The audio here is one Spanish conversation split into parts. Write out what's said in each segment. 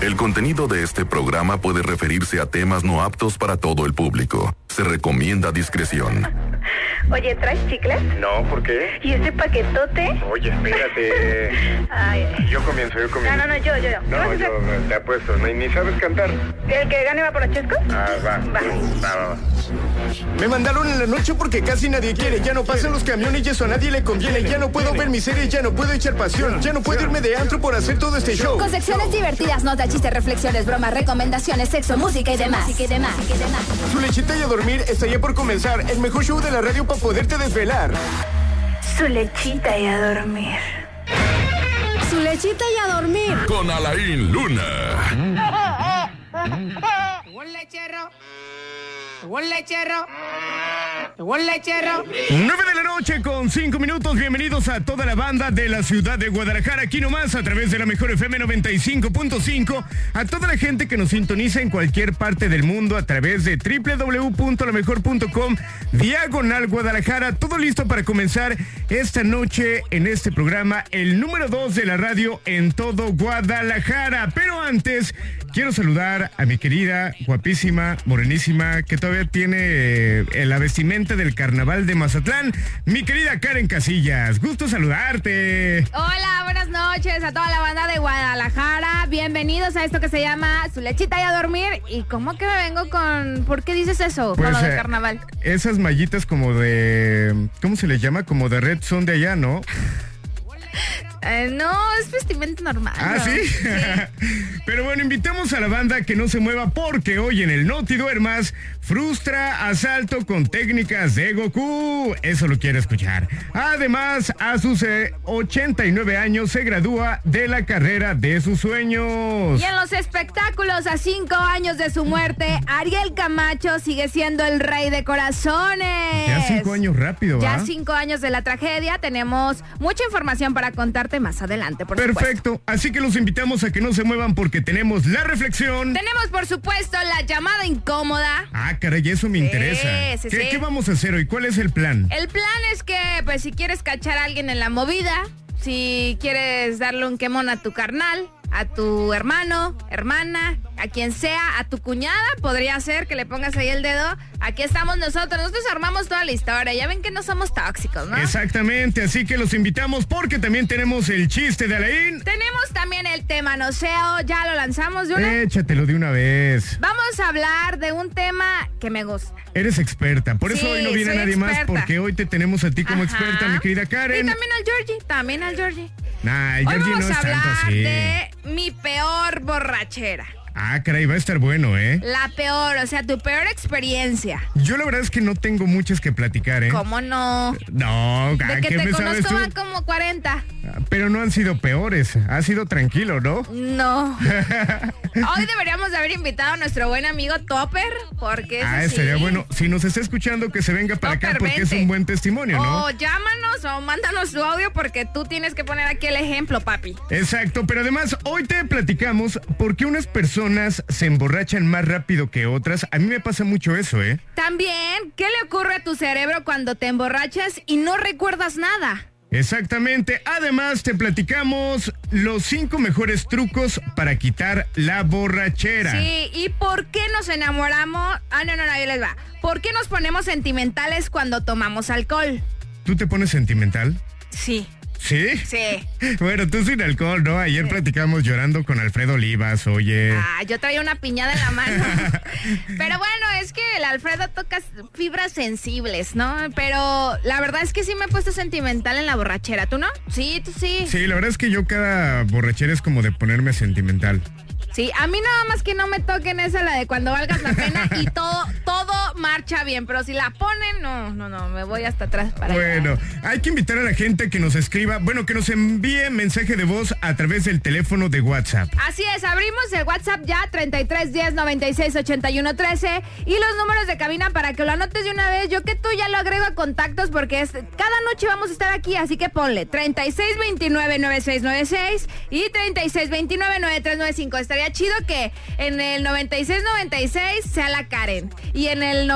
El contenido de este programa puede referirse a temas no aptos para todo el público. Se recomienda discreción. Oye, ¿traes chicles? No, ¿por qué? ¿Y ese paquetote? Oye, espérate. eh, Ay. Yo comienzo, yo No, comienzo. no, no, yo, yo, yo. ¿Qué vas No, a hacer? yo eh, te apuesto, ni, ni sabes cantar. ¿El que gane va por los chescos? Ah, va. Va. Va, va, va. Me mandaron en la noche porque casi nadie quiere. Ya no pasan los camiones y eso a nadie le conviene. Ya no puedo ver miseria, ya no puedo echar pasión. Ya no puedo irme de antro por hacer todo este show. Con secciones divertidas, notas, chistes, reflexiones, bromas, recomendaciones, sexo, música y demás. Música y demás. Música y demás. Su lechita y a dormir está ya por comenzar. El mejor show de la radio para poderte desvelar. Su lechita y a dormir. Su lechita y a dormir. Con Alain Luna. Llegó el lechero. Llegó el lechero. Llegó el lechero. 9 de la noche con 5 minutos. Bienvenidos a toda la banda de la ciudad de Guadalajara. Aquí nomás a través de la mejor FM 95.5. A toda la gente que nos sintoniza en cualquier parte del mundo a través de www.lamejor.com. Diagonal Guadalajara. Todo listo para comenzar esta noche en este programa, el número 2 de la radio en todo Guadalajara. Pero antes, quiero saludar a mi querida, guapísima, morenísima, que todavía tiene eh, la vestimenta del carnaval de Mazatlán, mi querida Karen Casillas. Gusto saludarte. Hola, buenas noches a toda la banda de Guadalajara. Bienvenidos a esto que se llama Su lechita y a dormir. ¿Y cómo que me vengo con.? ¿Por qué dices eso? con lo eh, del carnaval. Esas mallitas como de. ¿Cómo se les llama? Como de red son de allá, ¿no? Eh, no, es vestimenta normal. Ah, ¿no? sí. Pero bueno, invitamos a la banda que no se mueva porque hoy en el Noti Duermas frustra asalto con técnicas de Goku. Eso lo quiero escuchar. Además, a sus eh, 89 años se gradúa de la carrera de sus sueños. Y en los espectáculos, a cinco años de su muerte, Ariel Camacho sigue siendo el rey de corazones. Ya cinco años rápido, Ya ¿va? cinco años de la tragedia. Tenemos mucha información para contarte más adelante, por supuesto. Perfecto. Así que los invitamos a que no se muevan porque tenemos la reflexión. Tenemos, por supuesto, la llamada incómoda. Ah, caray, eso me interesa. sí, ¿Qué, sí. ¿Qué vamos a hacer hoy? ¿Cuál es el plan? El plan es que, pues, si quieres cachar a alguien en la movida, si quieres darle un quemón a tu carnal, a tu hermano, hermana, a quien sea, a tu cuñada, podría ser que le pongas ahí el dedo. Aquí estamos nosotros, nosotros armamos toda la historia. Ya ven que no somos tóxicos, ¿no? Exactamente, así que los invitamos porque también tenemos el chiste de Alain. Tenemos también el tema noseo, ya lo lanzamos de una. Échatelo de una vez. Vamos a hablar de un tema que me gusta. Eres experta. Por eso Sí, hoy no viene soy nadie más experta. porque hoy te tenemos a ti como Ajá. experta, mi querida Karen. Y también al Georgie, también al Georgie. Nah, Hoy Georgie vamos no es a tanto hablar así. de mi peor borrachera. Ah, caray, va a estar bueno, ¿eh? La peor, o sea, tu peor experiencia. Yo la verdad es que no tengo muchas que platicar, ¿eh? ¿Cómo no? No, ah, De que ¿qué te me sabes conozco tú? van como 40. Ah, Pero no han sido peores. Ha sido tranquilo, ¿no? No. Hoy deberíamos de haber invitado a nuestro buen amigo Topper, porque ese ah, sí. estaría bueno. Si nos está escuchando, que se venga para No, acá porque es pervente. un buen testimonio, ¿no? O llámanos o mándanos tu audio porque tú tienes que poner aquí el ejemplo, papi. Exacto, pero además hoy te platicamos por qué unas personas se emborrachan más rápido que otras. A mí me pasa mucho eso, ¿eh? También, ¿qué le ocurre a tu cerebro cuando te emborrachas y no recuerdas nada? Exactamente. Además te platicamos los cinco mejores trucos para quitar la borrachera. Sí, ¿y por qué nos enamoramos? Ah, no, no, no, ahí les va. ¿Por qué nos ponemos sentimentales cuando tomamos alcohol? ¿Tú te pones sentimental? Sí, ¿Sí? sí. Bueno, tú sin alcohol, ¿no? Ayer platicamos llorando con Alfredo Olivas, oye. Ah, yo traía una piñada en la mano. Pero bueno, es que el Alfredo toca fibras sensibles, ¿no? Pero la verdad es que sí me he puesto sentimental en la borrachera. ¿Tú no? Sí, tú sí. Sí, Sí, la verdad es que yo cada borrachera es como de ponerme sentimental. a mí nada más que no me toquen esa la de cuando valgas la pena y todo todo marcha bien, pero si la ponen, no, no, no, me voy hasta atrás para allá. Bueno, hay que invitar a la gente que nos escriba, bueno, que nos envíe mensaje de voz a través del teléfono de WhatsApp. Así es, abrimos el WhatsApp ya, 33 10 96 81 13 y los números de cabina para que lo anotes de una vez. Yo que tú ya lo agrego a contactos porque es, cada noche vamos a estar aquí, así que ponle 36 29 96 96 y 36 29 93 95. Estaría estaría chido que en el 96-96 sea la Karen. Y en el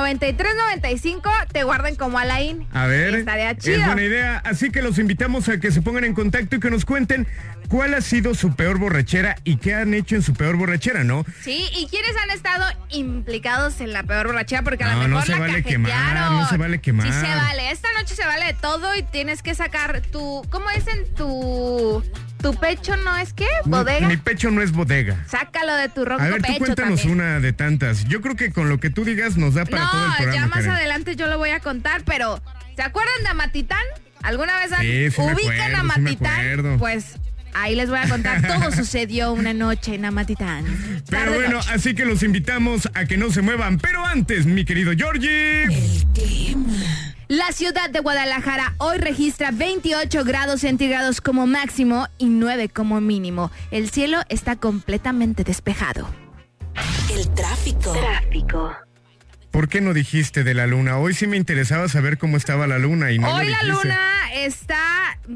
93-95 te guarden como Alain. A ver, Estaría es chido. buena idea. Así que los invitamos a que se pongan en contacto y que nos cuenten cuál ha sido su peor borrachera y qué han hecho en su peor borrachera, ¿no? Sí, ¿y quiénes han estado implicados en la peor borrachera? Porque a No, no lo mejor se la vale cajetearon. quemar, no se vale quemar. Sí se vale. Esta noche se vale de todo y tienes que sacar tu... ¿Cómo dicen? Tu... Tu pecho no es qué? Bodega. Mi pecho no es bodega. Sácalo de tu ronco A ver, tú pecho cuéntanos también. una de tantas. Yo creo que con lo que tú digas nos da para todo el no, programa. ya más Karen. adelante yo lo voy a contar, pero ¿se acuerdan de Amatitán? ¿Alguna vez han- Sí, sí me ubican acuerdo, sí me a Amatitán? acuerdo. pues ahí les voy a contar. Todo sucedió una noche en Amatitán. Pero Tarde bueno, noche. así que los invitamos a que no se muevan. Pero antes, mi querido Georgie. La ciudad de Guadalajara hoy registra 28 grados centígrados como máximo y 9 como mínimo. El cielo está completamente despejado. El tráfico. Tráfico. ¿Por qué no dijiste de la luna? Hoy sí me interesaba saber cómo estaba la luna y no lo Hoy la dijiste. luna está,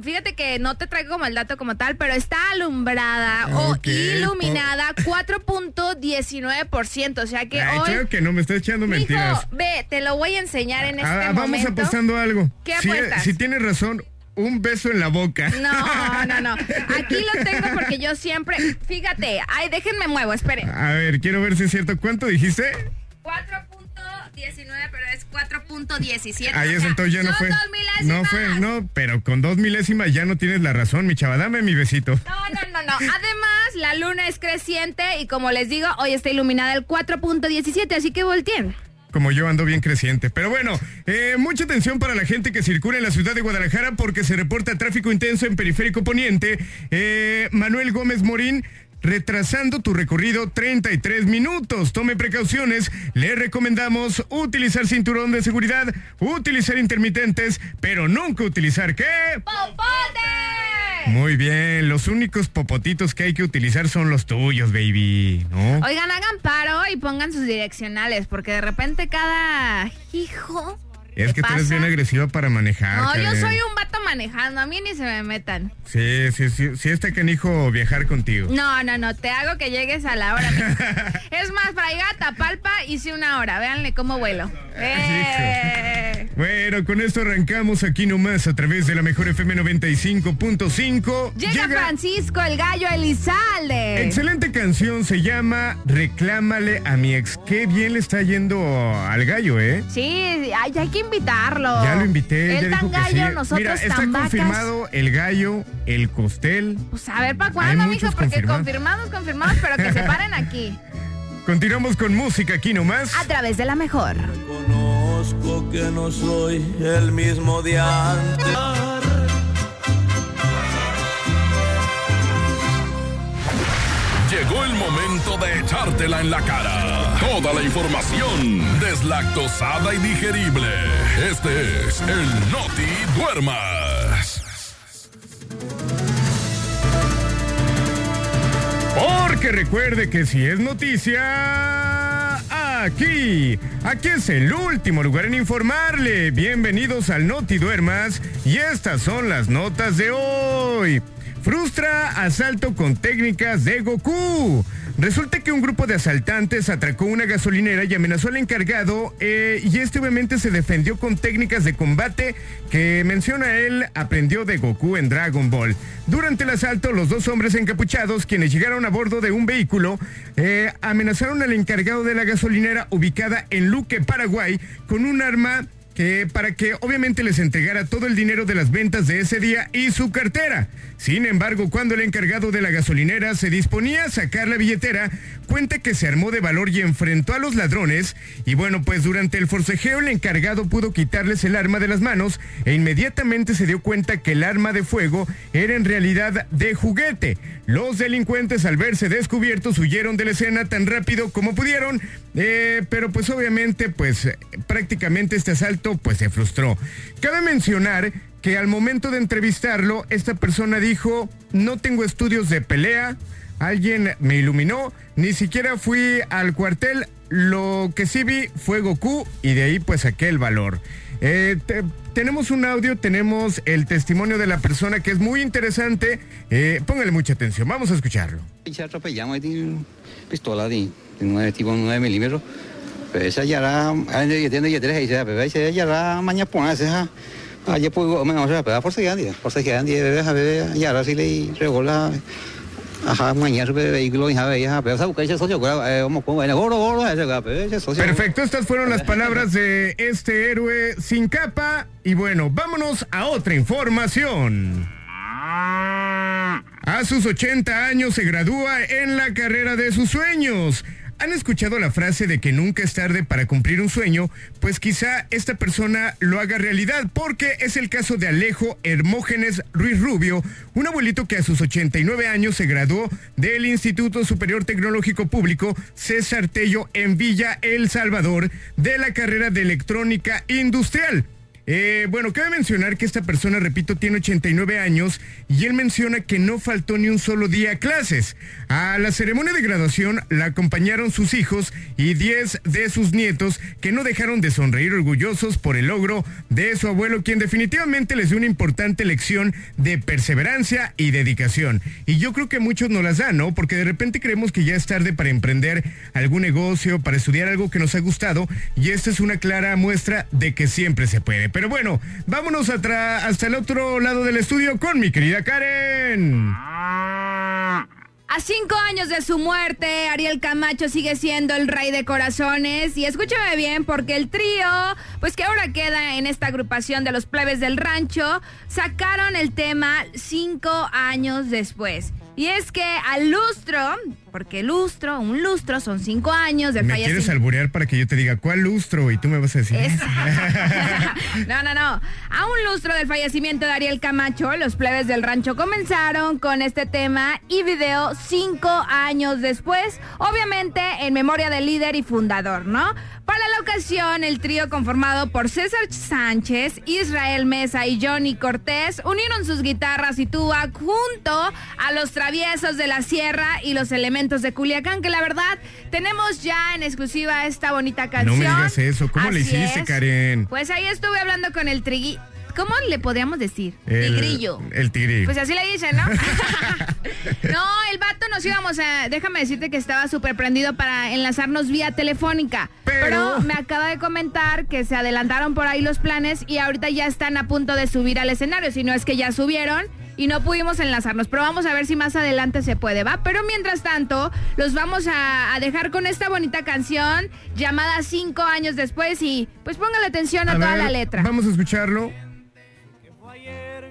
fíjate que no te traigo como el dato como tal, pero está alumbrada Ah, Ok, o iluminada 4.19%, o sea que Ay, hoy claro que no, me estás echando Mijo, Ah, mentiras. ve, te lo voy a enseñar en este Ah, vamos momento. apostando algo. ¿Qué si, eh, apuestas? si tienes razón, un beso en la boca. No, no, no. Aquí lo tengo porque yo siempre, fíjate, ay, déjenme muevo, espere. A ver, quiero ver si es cierto. ¿Cuánto dijiste? 4.19, pero es 4.17. Ahí o es, sea, entonces ya no son fue. dos milésimas. no fue, no, pero con dos milésimas ya no tienes la razón, mi chava. Dame mi besito. No, no, no, no. Además, la luna es creciente y como les digo, hoy está iluminada el 4.17, así que volteen. Como yo ando bien creciente. Pero bueno, eh, mucha atención para la gente que circula en la ciudad de Guadalajara porque se reporta tráfico intenso en Periférico Poniente. Eh, Manuel Gómez Morín. Retrasando tu recorrido 33 minutos. Tome precauciones. Le recomendamos utilizar cinturón de seguridad, utilizar intermitentes, pero nunca utilizar qué. ¡Popote! Muy bien, los únicos popotitos que hay que utilizar son los tuyos, baby. ¿No? Oigan, hagan paro y pongan sus direccionales, porque de repente cada hijo. Es que tú eres bien agresiva para manejar. No, yo Karen. soy un vato manejando, a mí ni se me metan. Sí, sí, sí, sí está canijo viajar contigo. No, no, no, te hago que llegues a la hora. es más, para llegar a Tapalpa hice una hora, véanle cómo vuelo. Eh. Bueno, con esto arrancamos aquí nomás a través de la mejor FM 95.5. Llega Francisco el Gallo Elizalde. Excelente canción, se llama Reclámale a mi ex. Qué bien le está yendo al gallo, ¿eh? Sí, hay, hay que invitarlo. Ya lo invité, Él ya tan dijo que gallo, sí. nosotros Mira, está tan vacas. confirmado el gallo, el costel. Pues a ver, ¿para Hay cuándo, mijo? muchos Porque confirmados. confirmamos, confirmamos, pero que se paren aquí. Continuamos con música aquí nomás. A través de la mejor. Conozco que no soy el mismo de antes. Llegó el momento de echártela en la cara. Toda la información, deslactosada y digerible. Este es el Noti Duermas. Porque recuerde que si es noticia, aquí, aquí es el último lugar en informarle. Bienvenidos al Noti Duermas y estas son las notas de hoy. Frustra asalto con técnicas de Goku. Resulta que un grupo de asaltantes atracó una gasolinera y amenazó al encargado eh, y este obviamente se defendió con técnicas de combate que menciona él aprendió de Goku en Dragon Ball. Durante el asalto, los dos hombres encapuchados, quienes llegaron a bordo de un vehículo, eh, amenazaron al encargado de la gasolinera ubicada en Luque, Paraguay, con un arma que para que obviamente les entregara todo el dinero de las ventas de ese día y su cartera. Sin embargo, cuando el encargado de la gasolinera se disponía a sacar la billetera, cuenta que se armó de valor y enfrentó a los ladrones y bueno, pues durante el forcejeo el encargado pudo quitarles el arma de las manos e inmediatamente se dio cuenta que el arma de fuego era en realidad de juguete. Los delincuentes al verse descubiertos huyeron de la escena tan rápido como pudieron, eh, pero pues obviamente pues eh, prácticamente este asalto pues se frustró. Cabe mencionar que al momento de entrevistarlo esta persona dijo no tengo estudios de pelea, alguien me iluminó, ni siquiera fui al cuartel, lo que sí vi fue Goku y de ahí pues saqué el valor. Eh, te- tenemos un audio, tenemos el testimonio de la persona que es muy interesante. Eh, póngale mucha atención, vamos a escucharlo. Y se atropellamos de pistola de, de 9, tipo 9 milímetros. Pero esa ya era, ahí tiene billeteras ahí, pero "Ah, esa ya era mañana por esa. Ayer pues, bueno, o sea, pero por seguir día, por seguir día, bebé, a bebé, y ahora sí le regola. Ajá, mañana su vehículo, hija, bebé, hija, pero esa busca ese socio, eh, vamos, como, bueno, gordo, gordo, ese, bebé, ese socio. Perfecto, estas fueron las palabras de este héroe sin capa. Y bueno, vámonos a otra información. A sus 80 años se gradúa en la carrera de sus sueños. ¿Han escuchado la frase de que nunca es tarde para cumplir un sueño? Pues quizá esta persona lo haga realidad, porque es el caso de Alejo Hermógenes Ruiz Rubio, un abuelito que a sus 89 años se graduó del Instituto Superior Tecnológico Público César Tello en Villa El Salvador de la carrera de electrónica industrial. Eh, bueno, cabe mencionar que esta persona, repito, tiene 89 años y él menciona que no faltó ni un solo día a clases. A la ceremonia de graduación la acompañaron sus hijos y 10 de sus nietos que no dejaron de sonreír orgullosos por el logro de su abuelo, quien definitivamente les dio una importante lección de perseverancia y dedicación. Y yo creo que muchos no las dan, ¿no? Porque de repente creemos que ya es tarde para emprender algún negocio, para estudiar algo que nos ha gustado y esta es una clara muestra de que siempre se puede. Pero bueno, vámonos atra- hasta el otro lado del estudio con mi querida Karen. A cinco años de su muerte, Ariel Camacho sigue siendo el rey de corazones. Y escúchame bien, porque el trío, pues que ahora queda en esta agrupación de los plebes del rancho, sacaron el tema cinco años después. Y es que al lustro, porque lustro, un lustro son cinco años del ¿Me quieres fallecimiento. alburear para que yo te diga cuál lustro? Y tú me vas a decir. Es- "Ah, sí". no, no, no. A un lustro del fallecimiento de Ariel Camacho, los plebes del rancho comenzaron con este tema y video cinco años después, obviamente en memoria del líder y fundador, ¿no? Para la ocasión, el trío conformado por César Sánchez, Israel Mesa y Johnny Cortés unieron sus guitarras y tuba junto a los traviesos de la sierra y los elementos de Culiacán, que la verdad tenemos ya en exclusiva esta bonita No canción. me digas eso. ¿Cómo le Así hiciste, es. Karen? Pues ahí estuve hablando con el trigui... ¿Cómo le podríamos decir? El- Tigrillo. El tigrillo. Pues así le dicen, ¿no? no, el vato nos íbamos a... Déjame decirte que estaba súper prendido para enlazarnos vía telefónica. Pero- me acaba de comentar que se adelantaron por ahí los planes y ahorita ya están a punto de subir al escenario. Si no es que ya subieron y no pudimos enlazarnos. Pero vamos a ver si más adelante se puede, ¿va? Pero mientras tanto, los vamos a, a dejar con esta bonita canción llamada Cinco años después y pues póngale atención a, A toda ver, la letra. Vamos a escucharlo. ayer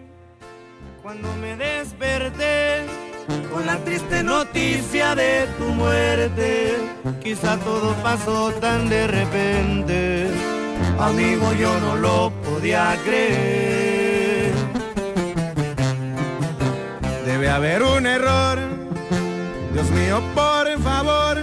cuando me desperté con la triste noticia de tu muerte. Quizá todo pasó tan de repente, amigo, yo no lo podía creer. Debe haber un error, Dios mío, por favor,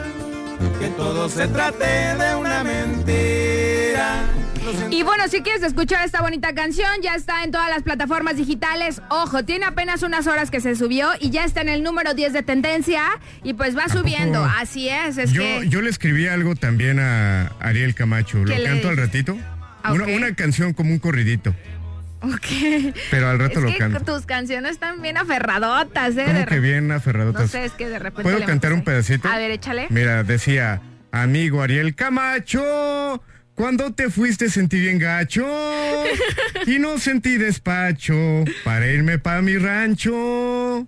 que todo se trate de una mentira. Lo siento. Y bueno, si quieres escuchar esta bonita canción, ya está en todas las plataformas digitales. Ojo, tiene apenas unas horas que se subió y ya está en el número 10 de tendencia y pues va subiendo. poco? Así es, es Yo, que... yo le escribí algo también a Ariel Camacho. Lo ¿Qué le canto al ratito. Ah, Una, ok. una canción como un corridito. Ok. Pero al rato es lo que canto. tus canciones están bien aferradotas, ¿eh? Como De que re- bien aferradotas. No sé, es que de repente... ¿Puedo le cantar un metes ahí. pedacito? A ver, échale. Mira, decía, amigo Ariel Camacho, cuando te fuiste sentí bien gacho y no sentí despacho para irme para mi rancho.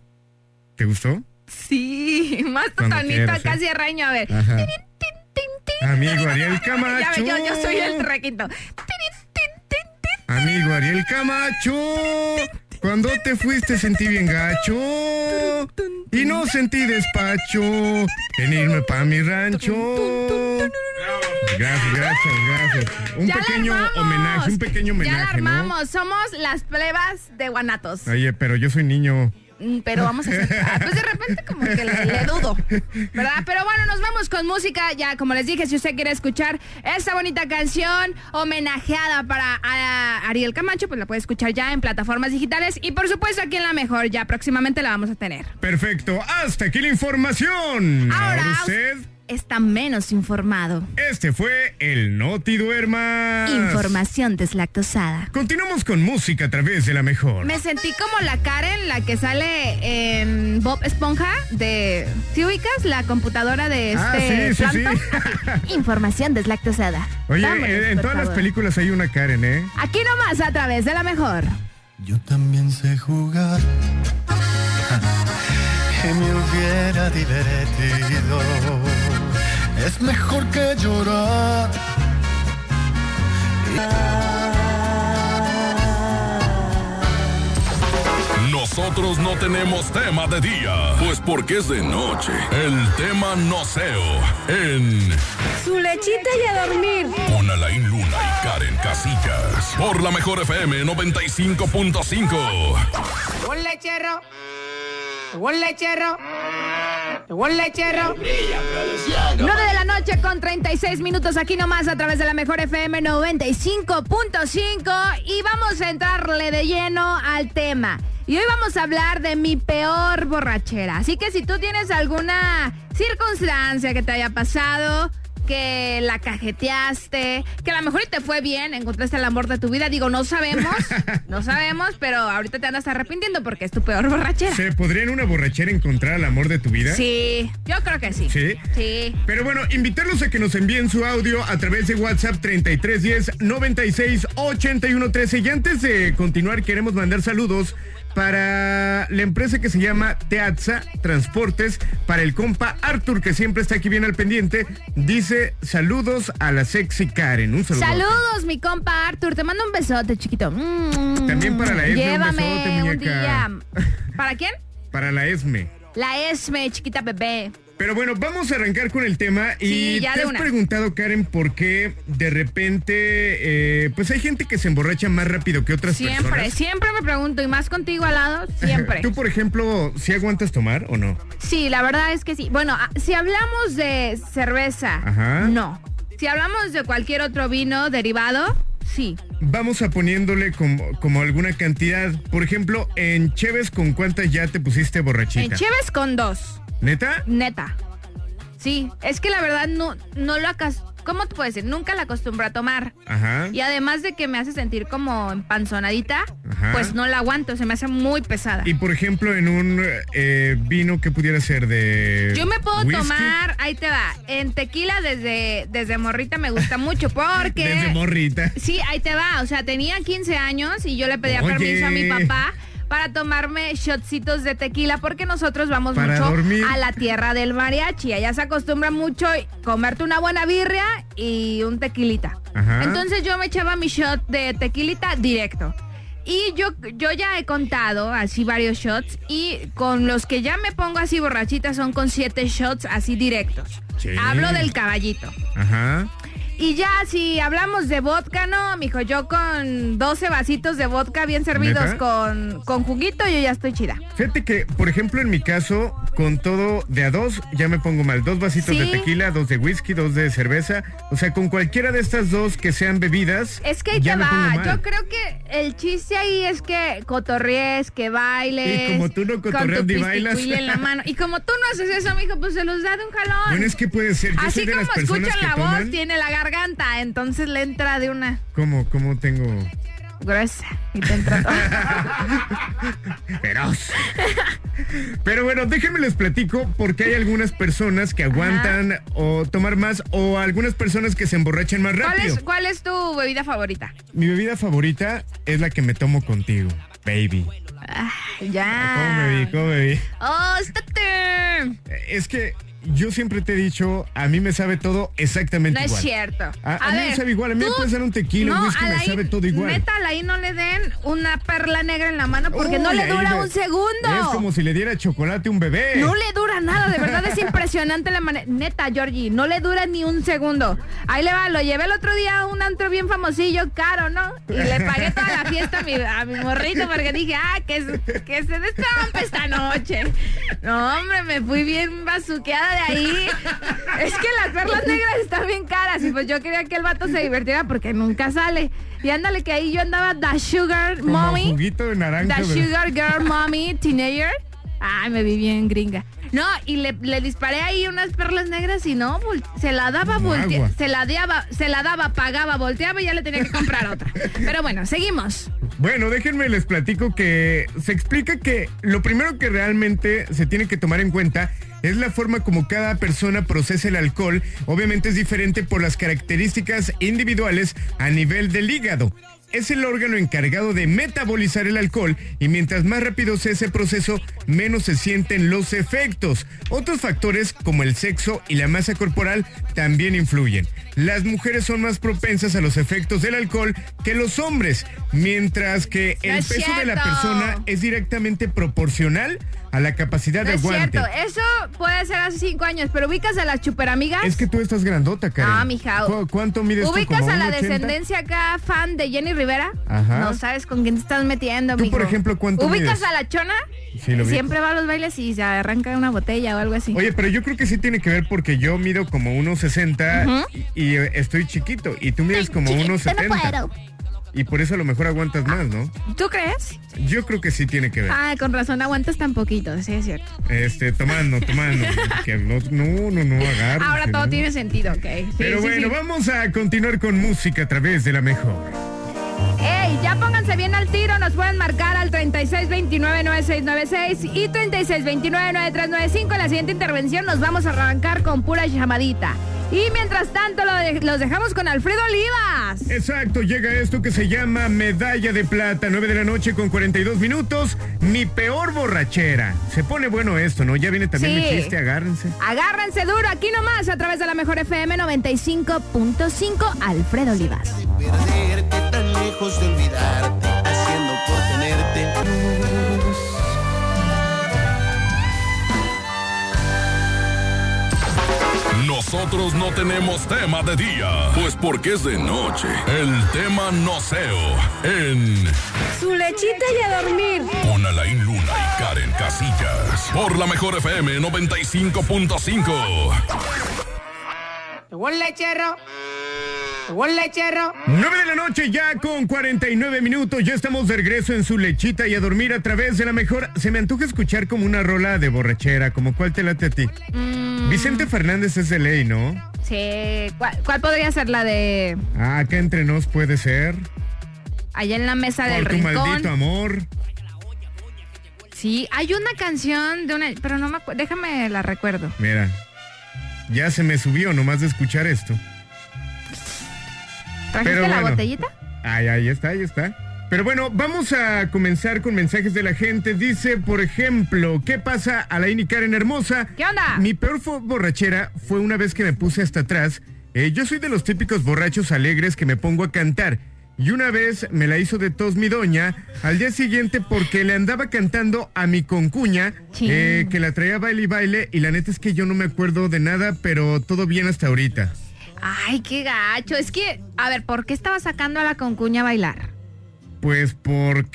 ¿Te gustó? Sí, más tu Cuando tonito quieras, ¿eh? casi de reño, a ver. Ajá. Tin, tin, tin. Amigo Ariel Ya Camacho. ve, yo, yo soy el requito. Tin, tin, tin, tin. Amigo Ariel Camacho, cuando te fuiste sentí bien gacho y no sentí despacho en irme para mi rancho. Gracias, gracias, gracias. Un Ya la pequeño armamos. homenaje, un pequeño homenaje. Ya la ¿no? armamos. Somos las plebas de Guanatos. Oye, pero yo soy niño. Mm, Pero vamos a hacer. ah, Pues de repente, como que le, le dudo. ¿Verdad? Pero bueno, nos vamos con música. Ya, como les dije, si usted quiere escuchar esta bonita canción homenajeada para a- Ariel Camacho, pues la puede escuchar ya en plataformas digitales. Y por supuesto, aquí en la mejor. Ya próximamente la vamos a tener. Perfecto, hasta aquí la información. Ahora, usted está menos informado. Este fue el Noti Duerma. Información deslactosada. Continuamos con música a través de la mejor. Me sentí como la Karen, la que sale en Bob Esponja de... ¿Sí ubicas? La computadora de Ah, este sí, sí, sí. Plankton. Información deslactosada. Oye, Vámonos, en- en por todas las favor. películas hay una Karen, ¿eh? Aquí nomás a través de la mejor. Yo también sé jugar. Que me hubiera divertido. Es mejor que llorar. Nosotros no tenemos tema de día, pues porque es de noche. El tema no seo en Su lechita y a dormir. Con Alain Luna y Karen Casillas. Por la mejor FM 95.5. Llegó el lechero. Llegó el lechero. Llegó el lechero. 9 de la noche con 36 minutos aquí nomás a través de la mejor FM 95.5 y vamos a entrarle de lleno al tema. Y hoy vamos a hablar de mi peor borrachera. Así que si tú tienes alguna circunstancia que te haya pasado, que la cajeteaste, que a lo mejor y te fue bien, encontraste el amor de tu vida, digo, no sabemos, no sabemos, pero ahorita te andas arrepintiendo porque es tu peor borrachera. ¿Se podría en una borrachera encontrar el amor de tu vida? Sí, yo creo que sí. Sí. Sí. Pero bueno, invitarlos a que nos envíen su audio a través de WhatsApp 3310 96 81 13. Y antes de continuar, queremos mandar saludos para la empresa que se llama Teatza Transportes, para el compa Arthur, que siempre está aquí bien al pendiente. Dice saludos a la sexy Karen. Un saludo. Saludos, mi compa Arthur. Te mando un besote, chiquito. Mm. También para la Esme, un besote, Llévame un muñeca. día. ¿Para quién? Para la Esme. La Esme, chiquita bebé. Pero bueno, vamos a arrancar con el tema y Sí, ya te de has una. preguntado, Karen, por qué de repente, eh, pues hay gente que se emborracha más rápido que otras Siempre, personas. siempre me pregunto. Y más contigo al lado, siempre. ¿Tú, por ejemplo, si aguantas tomar o no? Sí, la verdad es que sí. Bueno, ah, si hablamos de cerveza, Ajá. no. Si hablamos de cualquier otro vino derivado, sí. Vamos a poniéndole como, como alguna cantidad. Por ejemplo, en Cheves, ¿con cuántas ya te pusiste borrachita? En Cheves con dos. ¿Neta? Neta. Sí, es que la verdad no, no lo acas... ¿Cómo te puedo decir? Nunca la acostumbro a tomar. Ajá. Y además de que me hace sentir como empanzonadita, Ajá. pues no la aguanto, se me hace muy pesada. Y por ejemplo, en un eh, vino que pudiera ser de. Yo me puedo whisky, tomar, ahí te va, en tequila desde, desde morrita me gusta mucho porque... Desde morrita. Sí, ahí te va. O sea, tenía 15 años y yo le pedía Oye. permiso a mi papá para tomarme shotcitos de tequila porque nosotros vamos Para mucho dormir. a la tierra del mariachi. Allá se acostumbra mucho comerte una buena birria y un tequilita. Ajá. Entonces yo me echaba mi shot de tequilita directo. Y yo, yo ya he contado así varios shots y con los que ya me pongo así borrachita son con siete shots así directos. Sí. Hablo del caballito. Ajá. Y ya, si hablamos de vodka, no, mijo, yo con 12 vasitos de vodka bien servidos ¿Neta? con, con juguito, yo ya estoy chida. Fíjate que, por ejemplo, en mi caso, con todo de a dos, ya me pongo mal. Dos vasitos de Sí. tequila, dos de whisky, dos de cerveza. O sea, con cualquiera de estas dos que sean bebidas. Es que ahí ya te me pongo va. mal. Yo creo que el chiste ahí es que cotorrees, que bailes. Y como tú no cotorreas con tu ni bailas. pisticuil en la mano. Y como tú no haces eso, mijo, pues se los da de un jalón. Bueno, es que puede ser. Yo Así soy de como las personas escuchan que la toman. voz, tiene la garganta, entonces le entra de una ¿Cómo, cómo tengo? gruesa y te entra todo. Feroz. Pero bueno, déjenme les platico porque hay algunas personas que aguantan o tomar más o algunas personas que se emborrachan más ¿Cuál rápido. es, ¿Cuál es tu bebida favorita? Mi bebida favorita es la que me tomo contigo, baby. ¿Cómo Ya. me vi? ¿Cómo me vi? ¡Oh, estate! Es que yo siempre te he dicho, a mí me sabe todo exactamente No es igual. cierto. A, a mí me sabe igual, a mí me tú- puedes dar un tequila, un whisky, me Alain, sabe todo igual. Neta, ahí no le den una perla negra en la mano porque no Uy, le ahí dura me- un segundo. Es como si le diera chocolate a un bebé. No le dura nada, de verdad es impresionante la manera. Neta, Georgie, no le dura ni un segundo. Ahí le va, lo llevé el otro día a un antro bien famosillo, caro, ¿no? Y le pagué toda la fiesta a mi, a mi morrito porque dije, ah, que, se- que se destampe esta noche. No, hombre, me fui bien bazuqueada de ahí. Es que las perlas negras están bien caras y pues yo quería que el vato se divirtiera porque nunca sale. Y ándale, que ahí yo andaba da sugar Como mommy. juguito de naranja. The pero- Sugar Girl Mommy Teenager. Ay, me vi bien gringa. No, y le, le disparé ahí unas perlas negras y no, vol- se la daba, voltea, Agua. se la deaba- se la daba, pagaba, volteaba y ya le tenía que comprar otra. Pero bueno, seguimos. Bueno, déjenme les platico que se explica que lo primero que realmente se tiene que tomar en cuenta es la forma como cada persona procesa el alcohol. Obviamente es diferente por las características individuales a nivel del hígado. Es el órgano encargado de metabolizar el alcohol y mientras más rápido sea ese proceso, menos se sienten los efectos. Otros factores como el sexo y la masa corporal también influyen. Las mujeres son más propensas a los efectos del alcohol que los hombres, mientras que No el es peso de la cierto. persona es directamente proporcional a la capacidad No de es aguante. cierto, eso puede ser hace cinco años, pero ubicas a las chuperamigas. Es que tú estás grandota, Karen. Ah, mija. ¿Cu- ¿Cuánto mides tú? ¿Ubicas ¿Como a la 1,80? descendencia acá fan de Jenny Rivera? Ajá. No sabes con quién te estás metiendo, Tú, por mijo. ejemplo, ¿cuánto ¿Ubicas mides? a la chona? Sí, lo ubico. Siempre va a los bailes y se arranca una botella o algo así. Oye, pero yo creo que sí tiene que ver porque yo mido como 1.60 Ujú. y, y estoy chiquito y tú mides como chiquita, 1.70. no puedo. y por eso a lo mejor aguantas más, ¿no? ¿Tú crees? Yo creo que sí tiene que ver. Ah, con razón aguantas tan poquito, sí es cierto. Este, tomando, tomando. que no, no, no, no agárrense, Ahora todo ¿no? tiene sentido, ok. Sí, Pero sí, bueno, sí. vamos a continuar con música a través de la mejor. Ey, ya pónganse bien al tiro, nos pueden marcar al 3629-9696 y 3629-9395. En la siguiente intervención nos vamos a arrancar con pura llamadita. Y mientras tanto lo de- los dejamos con Alfredo Olivas. Eh. Exacto, llega esto que se llama Medalla de Plata, 9 de la noche con 42 minutos. Mi peor borrachera. Se pone bueno esto, ¿no? Ya viene también Sí. mi chiste, agárrense. Agárrense duro aquí nomás a través de la mejor FM 95.5 Alfredo Olivas. perderte tan lejos de olvidarte, haciendo por tenerte luz. Nosotros no tenemos tema de día, pues porque es de noche. El tema noceo en Su lechita y a dormir. Con Alain Luna y Karen Casillas. Por la mejor FM 95.5. Llegó el lechero. Llegó el lechero. 9 de la noche ya con 49 minutos, ya estamos de regreso en su lechita y a dormir a través de la mejor. Se me antoja escuchar como una rola de borrachera, como cuál te late a ti. Mm. Vicente Fernández es de ley, ¿no? Sí, ¿cuál, cuál podría ser la de Ah, acá entre nos puede ser. allá en la mesa Ah, del Por tu rincón? maldito amor. Sí, hay una canción de una, pero no me acuerdo, déjame la recuerdo. Mira, ya se me subió nomás de escuchar esto. ¿Trajiste Pero la bueno. botellita? Ay, ahí está, ahí está. Pero bueno, vamos a comenzar con mensajes de la gente. Dice, por ejemplo, ¿qué pasa a la y Karen Hermosa? ¿Qué onda? Mi peor fo- borrachera fue una vez que me puse hasta atrás. Eh, yo soy de los típicos borrachos alegres que me pongo a cantar. Y una vez me la hizo de tos mi doña al día siguiente porque le andaba cantando a mi concuña Chin. eh, que la traía baile y baile y la neta es que yo no me acuerdo de nada pero todo bien hasta ahorita. Ay, qué gacho. Es que, a ver, ¿por qué estaba sacando a la concuña a bailar? Pues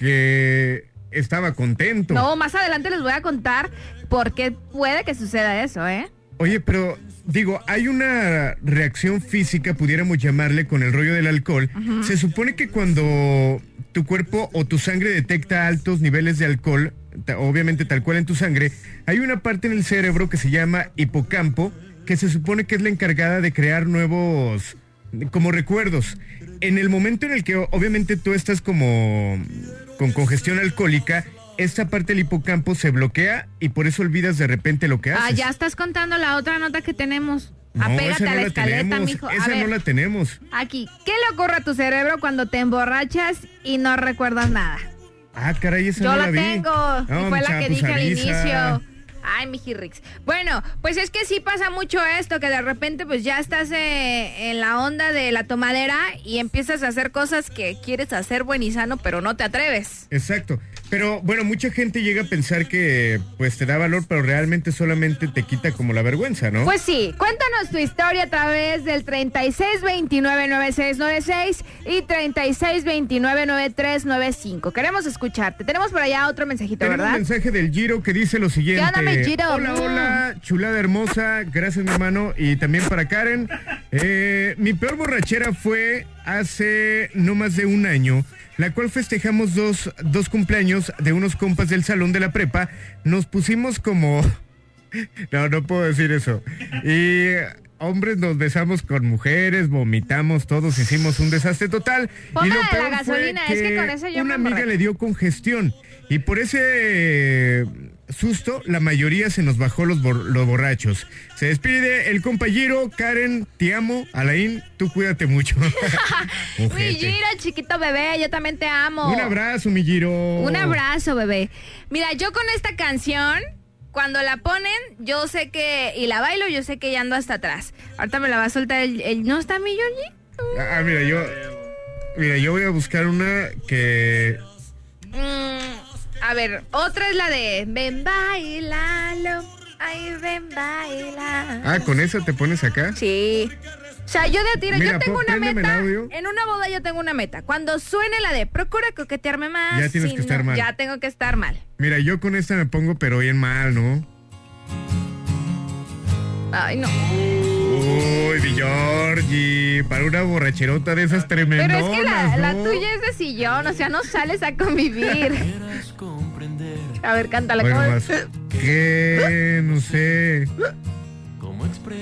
porque estaba contento. No, más adelante les voy a contar por qué puede que suceda eso, ¿eh? Oye, pero digo, hay una reacción física, pudiéramos llamarle, con el rollo del alcohol. Ajá. Se supone que cuando tu cuerpo o tu sangre detecta altos niveles de alcohol, ta- obviamente tal cual en tu sangre, hay una parte en el cerebro que se llama hipocampo, que se supone que es la encargada de crear nuevos, como recuerdos. En el momento en el que o- obviamente tú estás como con congestión alcohólica, esta parte del hipocampo se bloquea y por eso olvidas de repente lo que haces. Ah, ya estás contando la otra nota que tenemos. Apégate esa no a la escaleta, tenemos, mijo. A Esa ver, no la tenemos. aquí, ¿qué le ocurre a tu cerebro cuando te emborrachas y no recuerdas nada? Ah, caray, esa Yo no la, la, vi. tengo. No, y fue la mucha, que pues, dije avisa. al inicio. Ay, mi Jirrix. Bueno, pues es que sí pasa mucho esto, que de repente pues ya estás eh, en la onda de la tomadera y empiezas a hacer cosas que quieres hacer buen y sano, pero no te atreves. Exacto. Pero bueno, mucha gente llega a pensar que pues te da valor, pero realmente solamente te quita como la vergüenza, ¿no? Pues sí, cuéntanos tu historia a través del 36299696 y 36299395. Queremos escucharte. Tenemos por allá otro mensajito, Tenemos un ¿verdad? mensaje del Giro que dice lo siguiente. ¿Qué onda, mi Giro? Hola, hola, chulada hermosa. Gracias, mi hermano. Y también para Karen. Eh, mi peor borrachera fue hace no más de un año, la cual festejamos dos, dos cumpleaños de unos compas del salón de la prepa. Nos pusimos como. No, no puedo decir eso. Y hombres nos besamos con mujeres, vomitamos todos, hicimos un desastre total. y Póngale lo la peor fue gasolina, es que con eso yo me Una amiga emborracho. le dio congestión. Y por ese eh, susto, la mayoría se nos bajó los, bor- los borrachos. Se despide el compañero, Karen, te amo. Alain, tú cuídate mucho. Mi Ojete. Giro, chiquito bebé, yo también te amo. Un abrazo, mi Giro. Un abrazo, bebé. Mira, yo con esta canción, cuando la ponen, yo sé que. Y la bailo, yo sé que ya ando hasta atrás. Ahorita me la va a soltar el. el- ¿No está mi Georgie? Ah, mira, yo. Mira, yo voy a buscar una que. Mm, a ver, otra es la de. Ven, bailalo. Ay, ven, baila. Ah, con esa te pones acá. Sí. O sea, yo de a tiro, Mira, yo tengo pon- una préndeme el meta. audio. En una boda yo tengo una meta. Cuando suene la de procura coquetearme más. Ya tienes si que estar mal. Ya tengo que estar mal. Mira, yo con esta me pongo, pero bien mal, ¿no? Ay, no. Uy, mi Georgie, para una borracherota de esas tremendonas, Pero es que la, la ¿no? tuya es de sillón, o sea, no sales a convivir. A ver, cántala. Hoy ¿cómo? nomás. ¿Qué? No sé.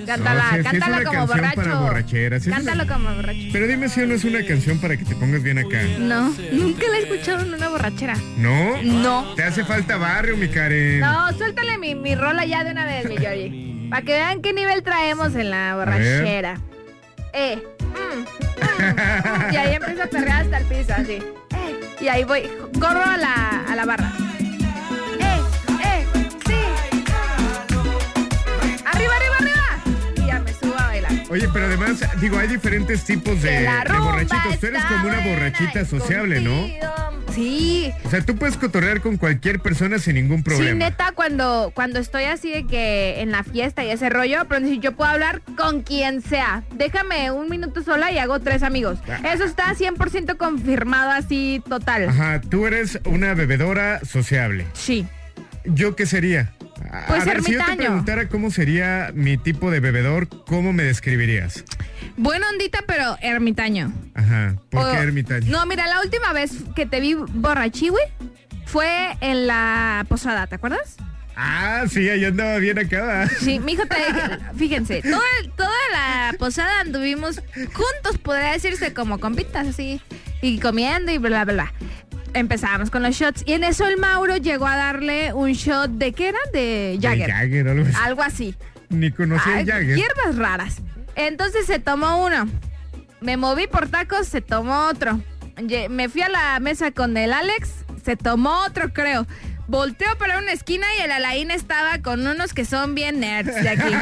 Cántala, No, sí, sí es cántala una como canción para borracho. borracheras, sí es una- Cántalo como borracho. Pero dime si no es una canción para que te pongas bien acá. No, nunca la he escuchado en una borrachera. ¿No? No. Te hace falta barrio, mi Karen. No, suéltale mi, mi rola ya de una vez, mi Yoyi. Para que vean qué nivel traemos en la borrachera. Eh. mm, mm, mm, y ahí empiezo a perrear hasta el piso, así. Eh, y ahí voy, corro a la, a la barra. Eh, eh, sí. Arriba, arriba, arriba. Y ya me subo a bailar. Oye, pero además, digo, hay diferentes tipos de, Que la de rumba borrachitos. Tú eres está como una buena borrachita y sociable, ¿no? Sí. O sea, tú puedes cotorrear con cualquier persona sin ningún Sí, problema. neta, cuando, cuando estoy así de que en la fiesta y ese rollo, pero si yo puedo hablar con quien sea. Déjame un minuto sola y hago tres amigos. Eso está 100% confirmado así total. Ah. Ajá, tú eres una bebedora sociable. Sí. ¿Yo qué sería? A- Pues a ver, si yo te ermitaño. preguntara cómo sería mi tipo de bebedor, ¿cómo me describirías? Buena ondita, pero ermitaño. Ajá, ¿por qué O- ermitaño? Oh, No, mira, la última vez que te vi borrachigüe fue en la posada, ¿te acuerdas? Ah, sí, ahí andaba bien acá. ¿va? Sí, mi hijo te fíjense, todo el- toda la posada anduvimos juntos, podría decirse como compitas así, y comiendo y bla, bla, bla. Empezábamos con los shots y en eso el Mauro llegó a darle un shot de qué era, de De Jagger. Jagger, algo así. Algo así. Ni conocía Ay, el Jagger. Hierbas raras. Entonces se tomó uno. Me moví por tacos, se tomó otro. Ye- Me fui a la mesa con el Alex, se tomó otro, creo. Volteo para una esquina y el Alain estaba con unos que son bien nerds de aquí.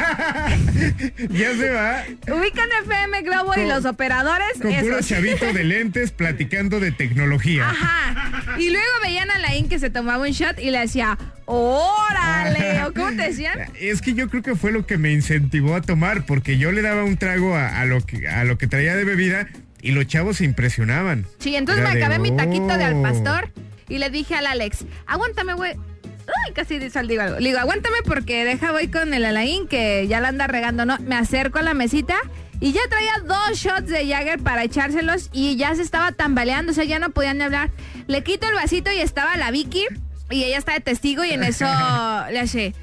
Ya se va. Ubican FM Globo y Con- los operadores. Con puro esos. chavito de lentes platicando de tecnología. Ajá. Y luego veían a Alain que se tomaba un shot y le decía, Ah. órale, o cómo te decían. Es que yo creo que fue lo que me incentivó a tomar, porque yo le daba un trago a, a lo, que, a lo que traía de bebida y los chavos se impresionaban. Sí, entonces Era me de, acabé mi taquito de al "Oh". pastor y le dije al Alex, aguántame, güey. Ay, casi di- sal- digo algo. Le digo, aguántame porque deja voy con el Alain que ya la anda regando, ¿no? Me acerco a la mesita y ya traía dos shots de Jagger para echárselos y ya se estaba tambaleando, o sea, ya no podían ni hablar. Le quito el vasito y estaba la Vicky y ella está de testigo y en eso le hace,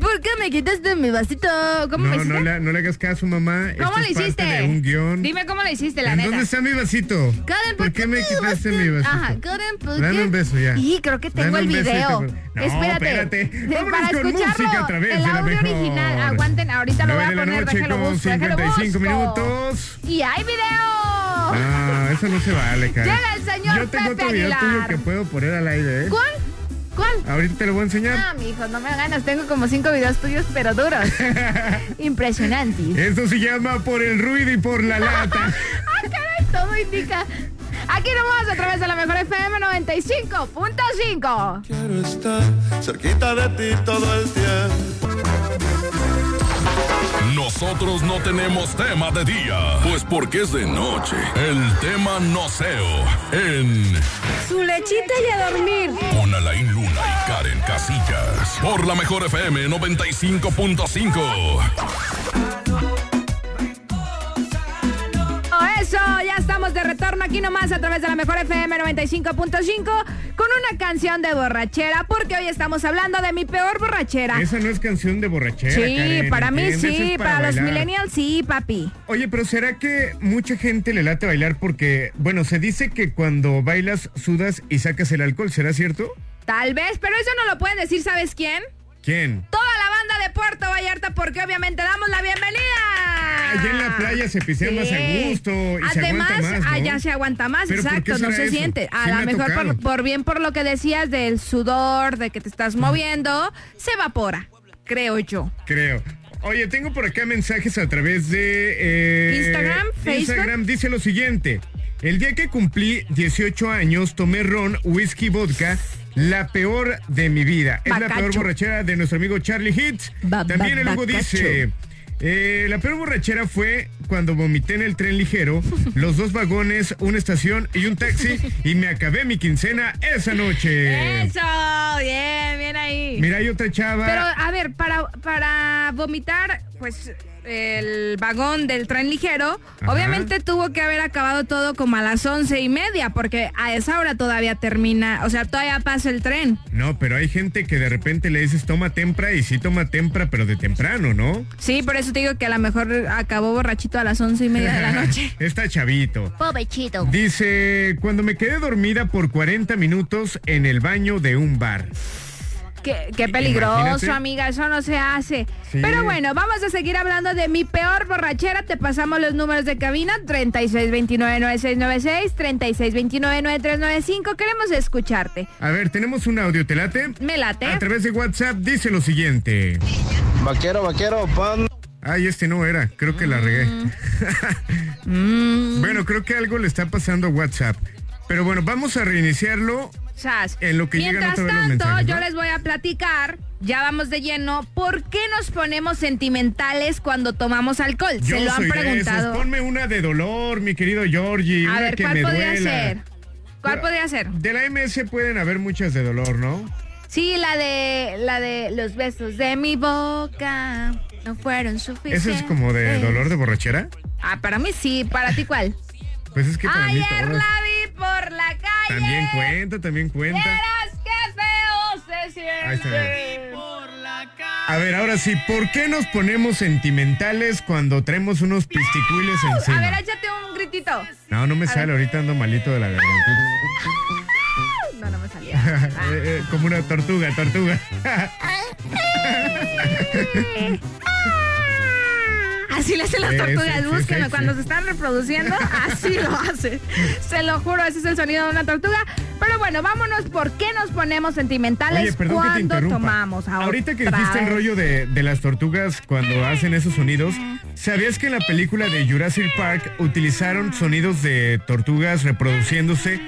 ¿por qué me quitaste mi vasito? ¿Cómo me No, hiciste? no le, no le hagas caso, mamá. ¿Cómo Esto le es parte hiciste? de un guión. Dime cómo le hiciste, la ¿En neta. ¿Dónde está mi vasito? Karen, ¿Por qué me quitaste mi vasito? Ajá, Karen, ¿por Dame qué? un beso ya. Y creo que tengo Dame el un beso y te video. acuerdo. No, espérate. espérate. De- Vámonos Para con escucharlo, música a través el de la audio mejor. original. Aguanten, ahorita lo voy a Nueve de la poner. noche déjalo con busco, déjalo 55 busco. minutos. Y hay video. Ah, eso no se vale, Karen. Llega el señor Yo tengo Pepe otro video tuyo Aguilar. que puedo poner al aire, ¿eh? ¿Cuál? ¿Cuál? Ahorita te lo voy a enseñar. Ah, mijo, no me ganas. Tengo como cinco videos tuyos, pero duros. Impresionantes. Esto se llama Por el ruido y por la lata. Ah, caray, todo indica. Aquí nomás a través de la mejor FM 95.5. Quiero estar cerquita de ti todo el tiempo. Nosotros no tenemos tema de día, pues porque es de noche. El tema no seo en Su lechita y a dormir. Con Alain Luna y Karen Casillas por la mejor FM 95.5. O es Eso, ya estamos de retorno aquí nomás a través de la mejor FM 95.5 con una canción de borrachera, porque hoy estamos hablando de mi peor borrachera. Esa no es canción de borrachera. Sí, Karen, para mí ¿entiendes? Esa sí, es para, los bailar. millennials sí, papi. Oye, pero ¿será que mucha gente le late bailar porque, bueno, se dice que cuando bailas sudas y sacas el alcohol, ¿será cierto? Tal vez, pero eso no lo pueden decir, ¿sabes quién? ¿Quién? Toda la banda de Puerto Vallarta, porque obviamente damos la bienvenida. Allá en la playa se pisea más a gusto y se Además, aguanta más, ¿no? allá se aguanta más, ¿Pero por qué exacto, no será se eso? siente. Sí A me lo ha mejor tocado. Mm. por, por bien por lo que decías del sudor, de que te estás moviendo, se evapora, creo yo. Creo. Oye, tengo por acá mensajes a través de eh, Instagram, Instagram dice lo siguiente. El día que cumplí 18 años tomé ron, whisky, vodka, la peor de mi vida. Es la Bacacho. peor borrachera de nuestro amigo Charlie Hitz. También el Hugo bacacho. dice, eh, la peor borrachera fue cuando vomité en el tren ligero, los dos vagones, una estación y un taxi y me acabé mi quincena esa noche. Eso, bien, bien ahí. Mira, hay otra chava. Pero a ver, para, para vomitar, pues el vagón del tren ligero, Ajá. obviamente tuvo que haber acabado todo como a las once y media, porque a esa hora todavía termina, o sea, todavía pasa el tren. No, pero hay gente que de repente le dices toma tempra y sí toma tempra, pero de temprano, ¿no? Sí, por eso te digo que a lo mejor acabó borrachito a las once y media de la noche. Está chavito. Pobrecito. Dice, cuando me quedé dormida por 40 minutos en el baño de un bar. Qué, qué peligroso, Imagínate. amiga, eso no se hace. Sí. Pero bueno, vamos a seguir hablando de mi peor borrachera. Te pasamos los números de cabina, 3629-9696, 3629-9395. Queremos escucharte. A ver, tenemos un audio, ¿te late? Me late. A través de WhatsApp dice lo siguiente. Vaquero, vaquero, pan. Ay, este no era, creo que la regué. Mm. Bueno, creo que algo le está pasando a WhatsApp. Pero bueno, vamos a reiniciarlo Sas. en lo que llegan Mientras otra vez los tanto, mensajes, ¿no? yo les voy a platicar, ya vamos de lleno, ¿por qué nos ponemos sentimentales cuando tomamos alcohol? Yo Se lo han soy de preguntado. esos. Ponme una de dolor, mi querido Georgie. a una ver, que ¿cuál me podría duela. ser? ¿Cuál podría ser? De la MS pueden haber muchas de dolor, ¿no? Sí, la de la de los besos de mi boca no fueron suficientes. ¿Esa es como de dolor de borrachera? Ah, para mí sí, para ti cuál? Pues es que para mí Ayer todas. la vi por la calle. También cuenta, también cuenta. Vieras qué feo se Ahí está. siente. Uh, A ver, ahora sí, ¿por qué nos ponemos sentimentales cuando traemos unos pisticuiles A ver, encima? échate un gritito. No, no me A Ah. sale, ahorita ando malito de la garganta. No, no me salía. Eh, eh, Como una tortuga, tortuga. Así le hacen las Ese, tortugas, sí, búsquenlo. sí, Cuando sí. se están reproduciendo, así lo hace. Se lo juro, ese es el sonido de una tortuga. Pero bueno, vámonos. ¿Por qué nos ponemos sentimentales Oye, perdón que te cuando interrumpa. tomamos? Ahora, Ahorita que otra dijiste el vez. rollo de, de las tortugas cuando hacen esos sonidos, ¿sabías que en la película de Jurassic Park utilizaron sonidos de tortugas reproduciéndose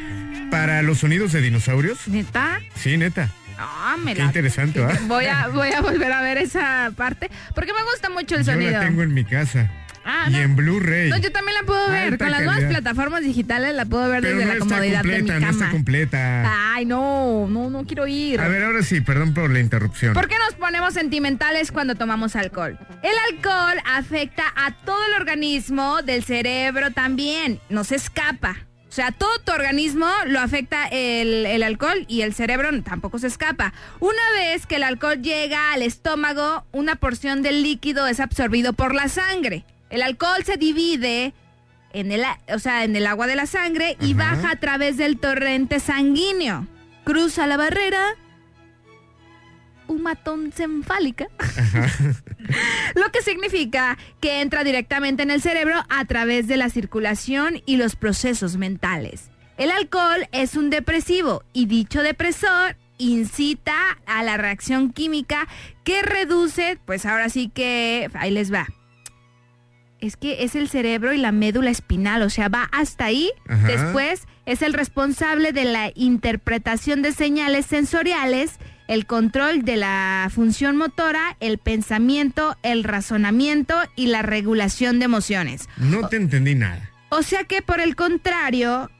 para los sonidos de dinosaurios? ¿Neta? Sí, neta. Ah, me Qué la- interesante, ¿ah? Voy a, voy a volver a ver esa parte porque me gusta mucho el Yo sonido. la tengo en mi casa. Ah, y no. en Blu-ray. No, yo también la puedo ver. Alta Con las nuevas calidad. plataformas digitales la puedo ver Pero desde no la está comodidad de mi completa, cama. Ah, no está completa. Ay, no, no, no quiero ir. A ver, ahora sí, perdón por la interrupción. ¿Por qué nos ponemos sentimentales cuando tomamos alcohol? El alcohol afecta a todo el organismo del cerebro también, no se escapa. O sea, todo tu organismo lo afecta el, el alcohol y el cerebro tampoco se escapa. Una vez que el alcohol llega al estómago, una porción del líquido es absorbido por la sangre. El alcohol se divide en el, a- o sea, en el agua de la sangre y Ajá. baja a través del torrente sanguíneo. Cruza la barrera hematoencefálica, lo que significa que entra directamente en el cerebro a través de la circulación y los procesos mentales. El alcohol es un depresivo y dicho depresor incita a la reacción química que reduce, pues ahora sí que ahí les va. Es que es el cerebro y la médula espinal, o sea, va hasta ahí. Ajá. Después es el responsable de la interpretación de señales sensoriales, el control de la función motora, el pensamiento, el razonamiento y la regulación de emociones. No te entendí nada. O sea que por el contrario,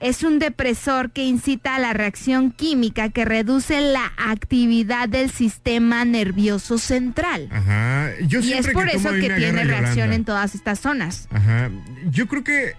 es un depresor que incita a la reacción química que reduce la actividad del sistema nervioso central. Ajá. Yo y es siempre por que tomo, eso a mí que me agarra tiene reacción Yolanda. en todas estas zonas. Ajá. Yo creo que eh,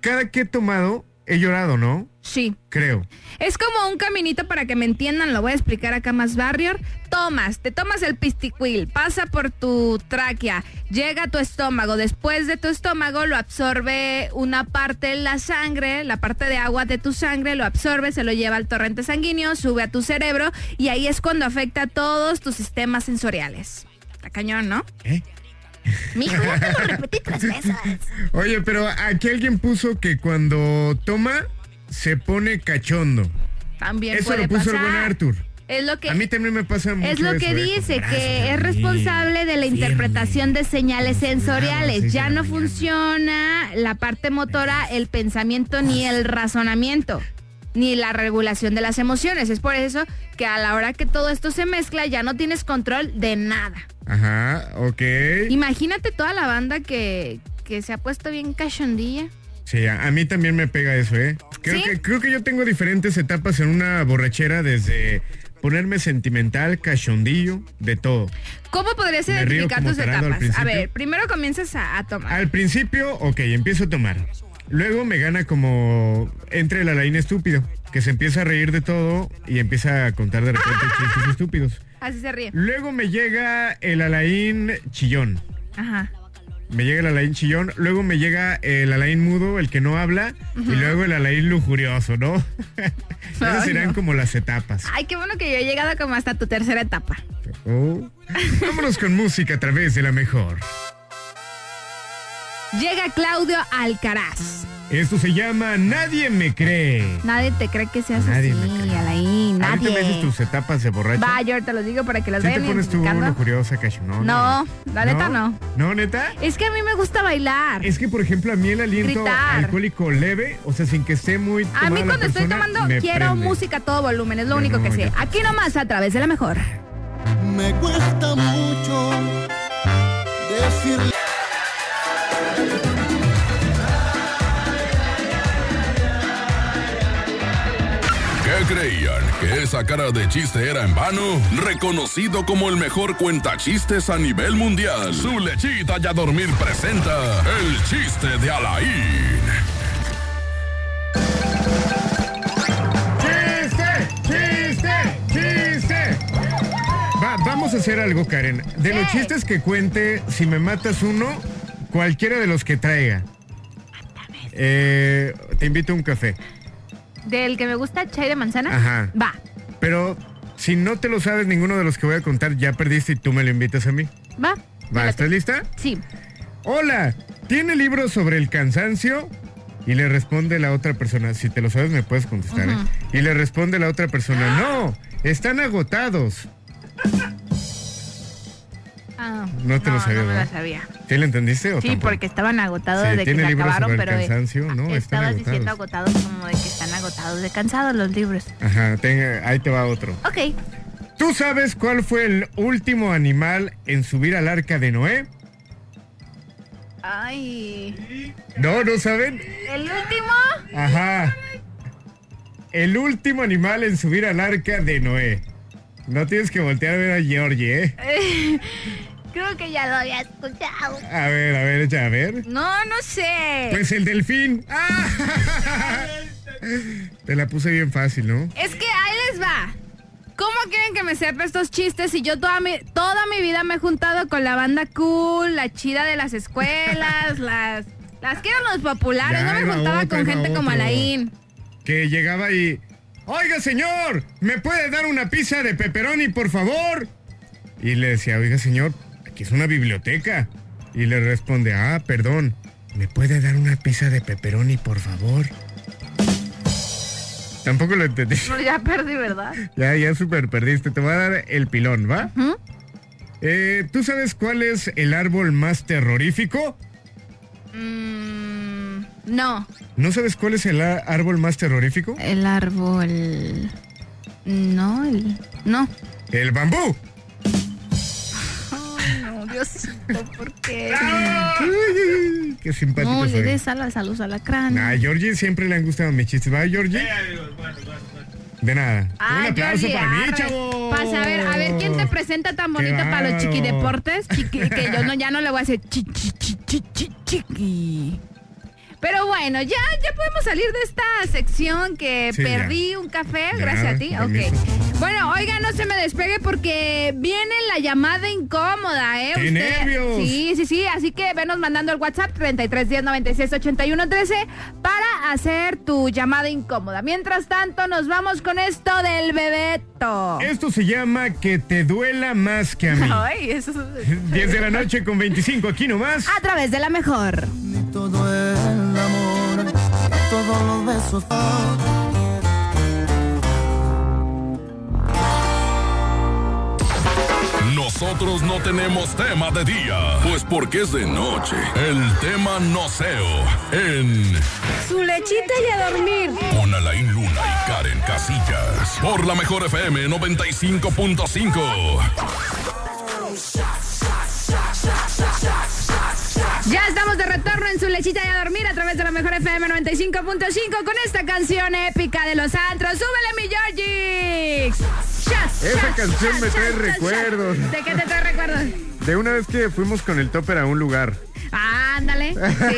cada que he tomado, he llorado, ¿no? Sí. Creo. Es como un caminito para que me entiendan, lo voy a explicar acá más barrior. Tomas, te tomas el pistiquil, pasa por tu tráquea, llega a tu estómago, después de tu estómago lo absorbe una parte de la sangre, la parte de agua de tu sangre, lo absorbe, se lo lleva al torrente sanguíneo, sube a tu cerebro y ahí es cuando afecta a todos tus sistemas sensoriales. Está cañón, ¿no? ¿Eh? Mijo, ya te lo repetí tres veces. Oye, pero aquí alguien puso que cuando toma, se pone cachondo. También Eso puede lo puso el pasar. buen Arthur. Es lo que A mí también me pasa mucho Es lo que eso, ¿eh? dice, Como, que "Ah, es responsable de la interpretación de señales sensoriales. Ya no funciona la parte motora, el pensamiento ni el razonamiento, ni la regulación de las emociones. Es por eso que a la hora que todo esto se mezcla ya no tienes control de nada. Ajá, ok. Imagínate toda la banda que, que se ha puesto bien cachondilla. Sí, a, a mí también me pega eso, ¿eh? Creo, ¿Sí? que, creo que yo tengo diferentes etapas en una borrachera desde ponerme sentimental, cachondillo, de todo. ¿Cómo podrías Me río identificar como tus tarado al etapas? A principio. ver, primero comienzas a, a tomar. Al principio, ok, empiezo a tomar. Luego me gana como entre la laína estúpido, que se empieza a reír de todo y empieza a contar de repente chistes estúpidos. Así se ríe. Luego me llega el Alain chillón. Ajá. Me llega el Alain chillón, luego me llega el Alain mudo, el que no habla, y luego el Alain lujurioso, ¿no? Esas Ay, serán no. como las etapas. Ay, qué bueno que yo he llegado como hasta tu tercera etapa. Oh. Vámonos con música a través de la mejor. Llega Claudio Alcaraz. Esto se llama Nadie me cree. Nadie te cree que seas Nadie me así, cree. Alain. Ahorita me Nadie. dices tus etapas de borracho. Va, yo ahorita los digo para que las ¿Sí te vayan pones tú identificando. una curiosa, Cacho? No, No, la neta no. ¿No, neta? Es que a mí me gusta bailar. Es que, por ejemplo, a mí el aliento Gritar. alcohólico leve, o sea, sin que esté muy A tomada mí la cuando estoy persona, tomando me quiero prende. música a todo volumen, es lo único que no, sé. yo- Aquí nomás a través de la mejor. Me cuesta mucho decirle. ¿Qué creían? ¿Que esa cara de chiste era en vano? Reconocido como el mejor cuentachistes a nivel mundial. Su lechita ya dormir presenta el chiste de Alain. ¡Chiste! ¡Chiste! ¡Chiste! Va, vamos a hacer algo, Karen. De los chistes que cuente, si me matas uno, cualquiera de los que traiga. Eh, te invito a un café. Del que me gusta, chai de manzana. Ajá. Va, Pero si no te lo sabes ninguno de los que voy a contar, ya perdiste y tú me lo invitas a mí. va. Va, ¿estás lista? Sí. Hola, ¿tiene libros sobre el cansancio? Y le responde la otra persona, si te lo sabes me puedes contestar. ¿eh? Ujú. Y le responde la otra persona, no, están agotados. Ah, No te lo sabía, No me la ¿verdad? sabía. ¿Sí lo entendiste o Sí, tampoco? porque estaban agotados Sí, de que tiene se libros acabaron, sobre el pero eh, cansancio, ¿no? Están estabas diciendo agotados. agotados como de que están agotados, de cansados los libros. Ajá, ten- ahí te va otro. Ok. ¿Tú sabes cuál fue el último animal en subir al arca de Noé? Ay. No, no saben. ¿El último? Ajá. El último animal en subir al arca de Noé. No tienes que voltear a ver a Georgie, ¿eh? Eh, Creo que ya lo había escuchado. A ver, a ver, echa a ver. No, no sé. Pues el delfín. ¡Ah! Te la puse bien fácil, ¿no? Es que ahí les va. ¿Cómo quieren que me sepa estos chistes si yo toda mi, toda mi vida me he juntado con la banda cool, la chida de las escuelas, las, las que eran los populares? Ya, no ahí me va juntaba otra, con ahí va gente como otro. Alain. Que llegaba y... Oiga, señor, ¿me puede dar una pizza de pepperoni, por favor? Y le decía, oiga, señor, aquí es una biblioteca. Y le responde, ah, perdón, ¿me puede dar una pizza de pepperoni, por favor? Tampoco lo entendí. No, ya perdí, ¿verdad? Ya, ya super perdiste. Te voy a dar el pilón, ¿va? Ujú. Eh, ¿Tú sabes cuál es el árbol más terrorífico? Mm, no. ¿No sabes cuál es el a- árbol más terrorífico? El árbol. No, el. No. El bambú. No, Diosito, ¿por qué? Ay, Qué simpático. No, le soy. des alas a los alacranes. pues, Nah, a Georgie siempre le han gustado mis chistes. ¿Va, Georgie? De nada. Un Ay, aplauso Jordi, para mí, arre. chavo. Pasa, a ver, a ver quién te presenta tan Qué bonito para los bárbaro. chiquideportes. Chiqui- que yo no, ya no le voy a hacer chi, chi, chi, chi, chi, chiqui. Pero bueno, ya, ya podemos salir de esta sección que Sí, ya. perdí un café Ya, gracias a ti. con Ok. permiso. Bueno, oiga, no se me despegue porque viene la llamada incómoda, ¿eh? ¡Qué nervios! Sí, sí, sí. Así que venos mandando el WhatsApp 33 10 96 81 13 para hacer tu llamada incómoda. Mientras tanto, nos vamos con esto del bebeto. Esto se llama Que te duela más que a mí. Ay, eso es- 10 de la noche con 25 aquí nomás. A través de la mejor. todo el amor, todos los besos. Nosotros no tenemos tema de día, pues porque es de noche. El tema no seo en Su lechita y a dormir. con Alain Luna y Karen Casillas por la mejor FM 95.5. Ya estamos de retorno en su lechita y a dormir a través de la mejor FM 95.5 con esta canción épica de los antros. ¡Súbele, mi Georgix! Shas, Esa shas, canción shas, me shas, trae shas, recuerdos. shas. ¿De qué te trae recuerdos? De una vez que fuimos con el topper a un lugar. Ándale. Sí.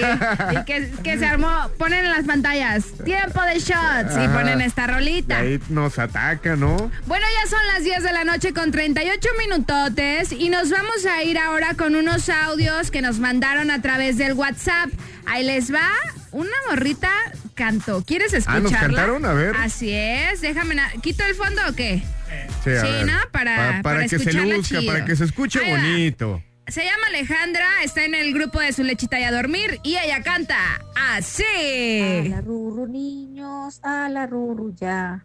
Y que, que se armó. Ponen en las pantallas. Tiempo de shots. Y Ajá. ponen esta rolita. Y ahí nos ataca, ¿no? Bueno, ya son las 10 de la noche con 38 minutotes y nos vamos a ir ahora con unos audios que nos mandaron a través del WhatsApp. Ahí les va una morrita cantó. ¿Quieres Ah, escucharla? ¿nos cantaron? A ver. Así es. Déjame... na- ¿Quito el fondo o qué? Sí, a Sí, ver. ¿no? Para- Pa- para que se escucharla luzca, chido. para que se escuche Ahí va. bonito. Se llama Alejandra, está en el grupo de su lechita y a dormir y ella canta así. A la ruru, niños, a la ruru ya.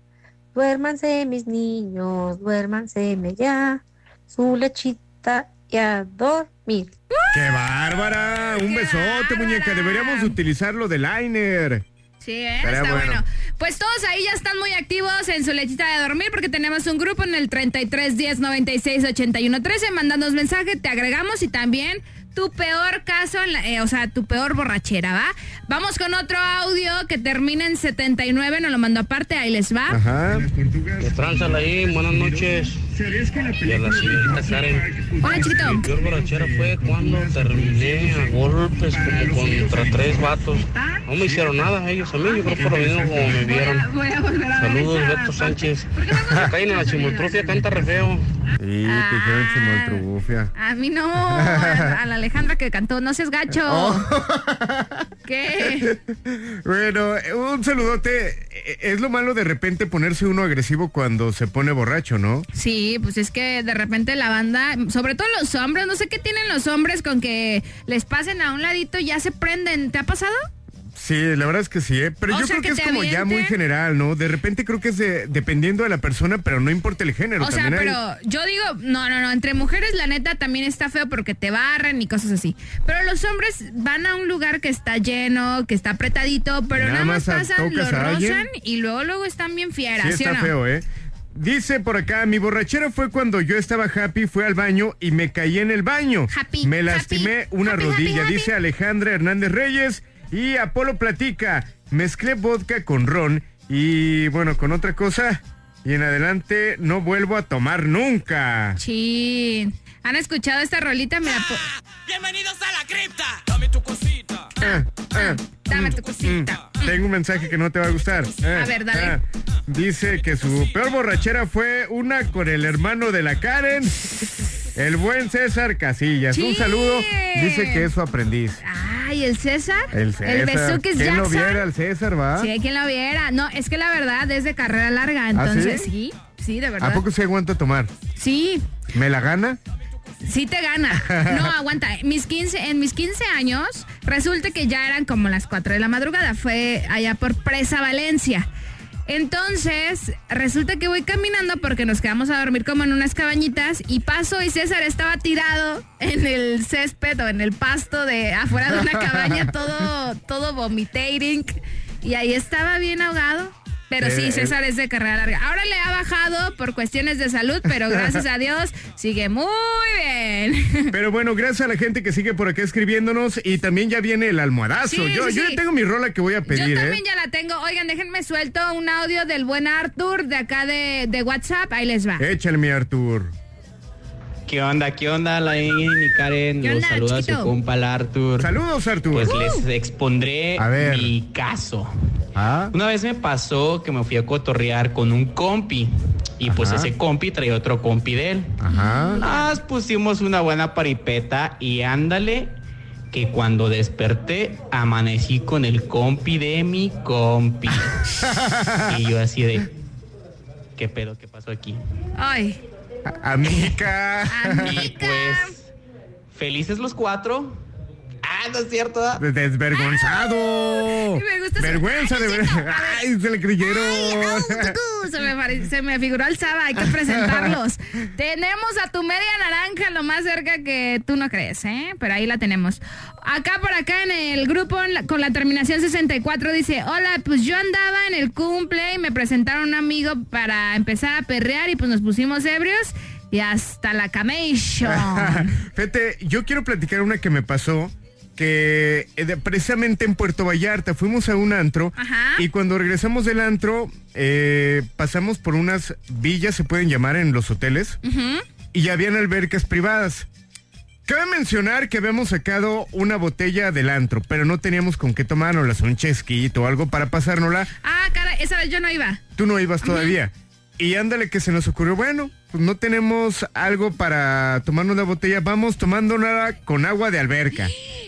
Duérmanse, mis niños, duérmanse ya. Su lechita y a dormir. ¡Qué bárbara! Un besote, muñeca. Deberíamos utilizar lo del liner. Sí, ¿eh? Estaría está bueno. bueno. Pues todos ahí ya están muy activos en su lechita de dormir porque tenemos un grupo en el 33 10 96 81 13. Mándanos mensaje, te agregamos y también tu peor caso, en la- eh, o sea, tu peor borrachera, ¿va? Vamos con otro audio que termina en 79, nos lo mandó aparte, ahí les va. Ajá. Que transan ahí, buenas noches. Y a la señorita Karen. Hola, chiquito. Mi peor borrachera fue cuando terminé a golpes como contra tres vatos. No me hicieron nada ellos a mí, yo creo que lo vieron como me vieron. Saludos, Beto Sánchez. Acá en la chimoltrufia canta re feo. Y te dijeron Ah. chimoltrufia. A mí no, a a la Alejandra que cantó, no seas gacho. Oh. ¿Qué? Oh. Bueno, un saludote. Eh, Es lo malo de repente ponerse uno agresivo cuando se pone borracho, ¿no? Sí, pues es que de repente la banda, sobre todo los hombres, no sé qué tienen los hombres con que les pasen a un ladito y ya se prenden. ¿Te ha pasado? Sí, la verdad es que sí, ¿eh? pero O yo sea, creo que, que es te como ya muy avienten. general, ¿no? De repente creo que es de- dependiendo de la persona, pero no importa el género. o sea, también hay- pero yo digo, no, no, no, entre mujeres la neta también está feo porque te barren y cosas así. Pero los hombres van a un lugar que está lleno, que está apretadito, pero Nada nada, más, más a- pasan, lo tocas a alguien. rozan y luego luego están bien fieras, Sí, ¿sí, está o no? feo, ¿eh? Dice por acá, mi borrachera fue cuando yo estaba happy, fui al baño y me caí en el baño. Happy, me lastimé happy, una happy, rodilla, happy, dice Alejandra Hernández Reyes. Y Apolo platica, mezclé vodka con ron y bueno, con otra cosa. Y en adelante no vuelvo a tomar nunca. Chin. ¿Han escuchado esta rolita? Mira, po- Ah, ah, dame mm, tu cosita. mm. Tengo un mensaje que no te va a gustar. Ah, ver, dale. ah. Dice que su peor borrachera fue una con el hermano de la Karen, el buen César Casillas. Un Sí. saludo. Dice que es su aprendiz. Ay, el César. El César. El Besuques ¿Quién lo Jackson. viera al César, va? Sí, quien la viera. No, es que la verdad es de carrera larga, entonces sí, sí, de verdad. ¿Ah, ¿A poco se aguanta tomar? Sí, ¿Me la gana? sí te gana. No, aguanta. Mis 15, en mis 15 años, resulta que ya eran como las 4 de la madrugada. Fue allá por Presa Valencia. Entonces, resulta que voy caminando porque nos quedamos a dormir como en unas cabañitas y paso y César estaba tirado en el césped o en el pasto de afuera de una cabaña, todo, todo vomitating. Y ahí estaba bien ahogado. Pero sí, Eh, César es de carrera larga. Ahora le ha bajado por cuestiones de salud, pero gracias a Dios sigue muy bien. Pero bueno, gracias a la gente que sigue por acá escribiéndonos y también ya viene el almohadazo. Sí, yo sí, yo sí. ya tengo mi rola que voy a pedir, Yo ¿eh? también ya la tengo. Oigan, déjenme suelto un audio Eh, del buen Arthur de acá de, de WhatsApp. Ahí les va. Échale mi Artur. ¿Qué onda? ¿Qué onda, Alain y Karen? ¿Qué Los onda, saluda chiquito? su compa, el Arthur. Saludos, Arthur. Pues Uh. les expondré A ver. Ah, mi caso. Una vez me pasó que me fui a cotorrear con un compi. Y pues Ajá. ese compi traía otro compi de él. Nos pusimos una buena paripeta y ándale que cuando desperté amanecí con el compi de mi compi. y yo así de ¿Qué pedo? ¿Qué pasó aquí? Ay. Amica. Ah, Y pues felices los cuatro. Ah, no es cierto. ¿ah? Desvergonzado. Ay, me gusta su- Vergüenza de ver. Ay, se le creyeron. Uh, se, me pare- se me figuró el Saba, hay que presentarlos. tenemos a tu media naranja, lo más cerca que tú no crees, ¿eh? Pero ahí la tenemos. Acá por acá en el grupo en la- con la terminación 64 dice, hola, pues yo andaba en el cumple y me presentaron un amigo para empezar a perrear y pues nos pusimos ebrios y hasta la camation. Fíjate, yo quiero platicar una que me pasó. Que eh, de- precisamente en Puerto Vallarta fuimos a un antro y cuando regresamos del antro eh, pasamos por unas villas, se pueden llamar en los hoteles, y ya habían albercas privadas. Cabe mencionar que habíamos sacado una botella del antro, pero no teníamos con qué tomárnoslas, un chesquito o algo para pasárnosla. Ah, cara, esa vez yo no iba. Tú no ibas todavía. Y ándale que se nos ocurrió, bueno, pues no tenemos algo para tomarnos la botella, vamos tomando nada con agua de alberca.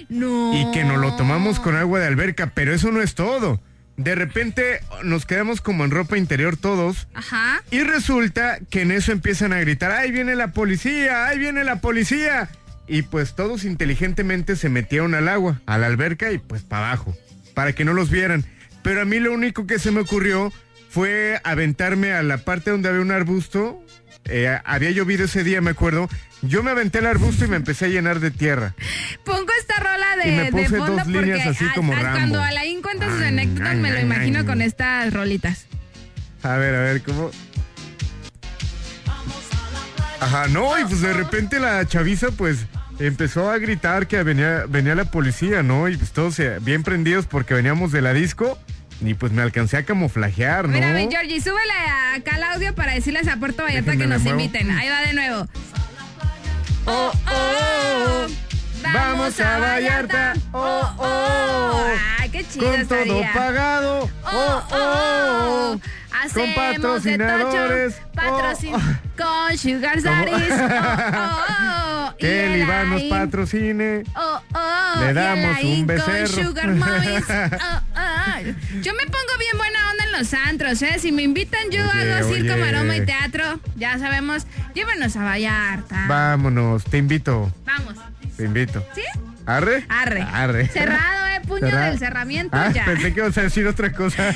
No. Y que nos lo tomamos con agua de alberca, pero eso no es todo. De repente nos quedamos como en ropa interior todos. Ajá. Y resulta que en eso empiezan a gritar, ¡ahí viene la policía! ¡ahí viene la policía! Y pues todos inteligentemente se metieron al agua, a la alberca y pues para abajo, para que no los vieran. Pero a mí lo único que se me ocurrió fue aventarme a la parte donde había un arbusto. Eh, había llovido ese día, me acuerdo. Yo me aventé al arbusto y me empecé a llenar de tierra. Pongo esta rola Y de, me de puse fondo dos líneas porque así al- como al- Rambo. cuando Alain cuenta sus Ay, anécdotas ay, me lo ay, imagino ay. con estas rolitas. A ver, a ver, ¿cómo? Ajá, no, y pues de repente la chaviza pues empezó a gritar que venía, venía la policía, ¿no? Y pues todos eh, bien prendidos porque veníamos de la disco y pues me alcancé a camuflajear, ¿no? Mira, mi Georgie, súbele acá el audio para decirles a Puerto Vallarta Déjenme que la nos muevo. inviten. Ahí va de nuevo. Oh, oh, Vamos a Vallarta. Oh, oh. Ay, qué chido Con todo estaría. pagado. Oh, oh, oh. Con Hacemos de patrocinadores. Oh, tocho, patrocin con Sugar Daddies. Oh, oh, oh. Que Y el el Iván nos Ain. patrocine. Oh, oh, Le y el damos ahí un con becerro. Sugar Mommies. Oh, oh. Yo me pongo bien buena onda en los antros, ¿eh? Si me invitan, yo Oye, hago circo, oye. maroma y teatro. Ya sabemos. Llévenos a Vallarta. Vámonos, te invito, Vamos. te invito. ¿Sí? ¿Arre? Arre. Arre. Cerrado, ¿eh? Puño Cerrado. del cerramiento Ah, ya. pensé que ibas a decir otra cosa.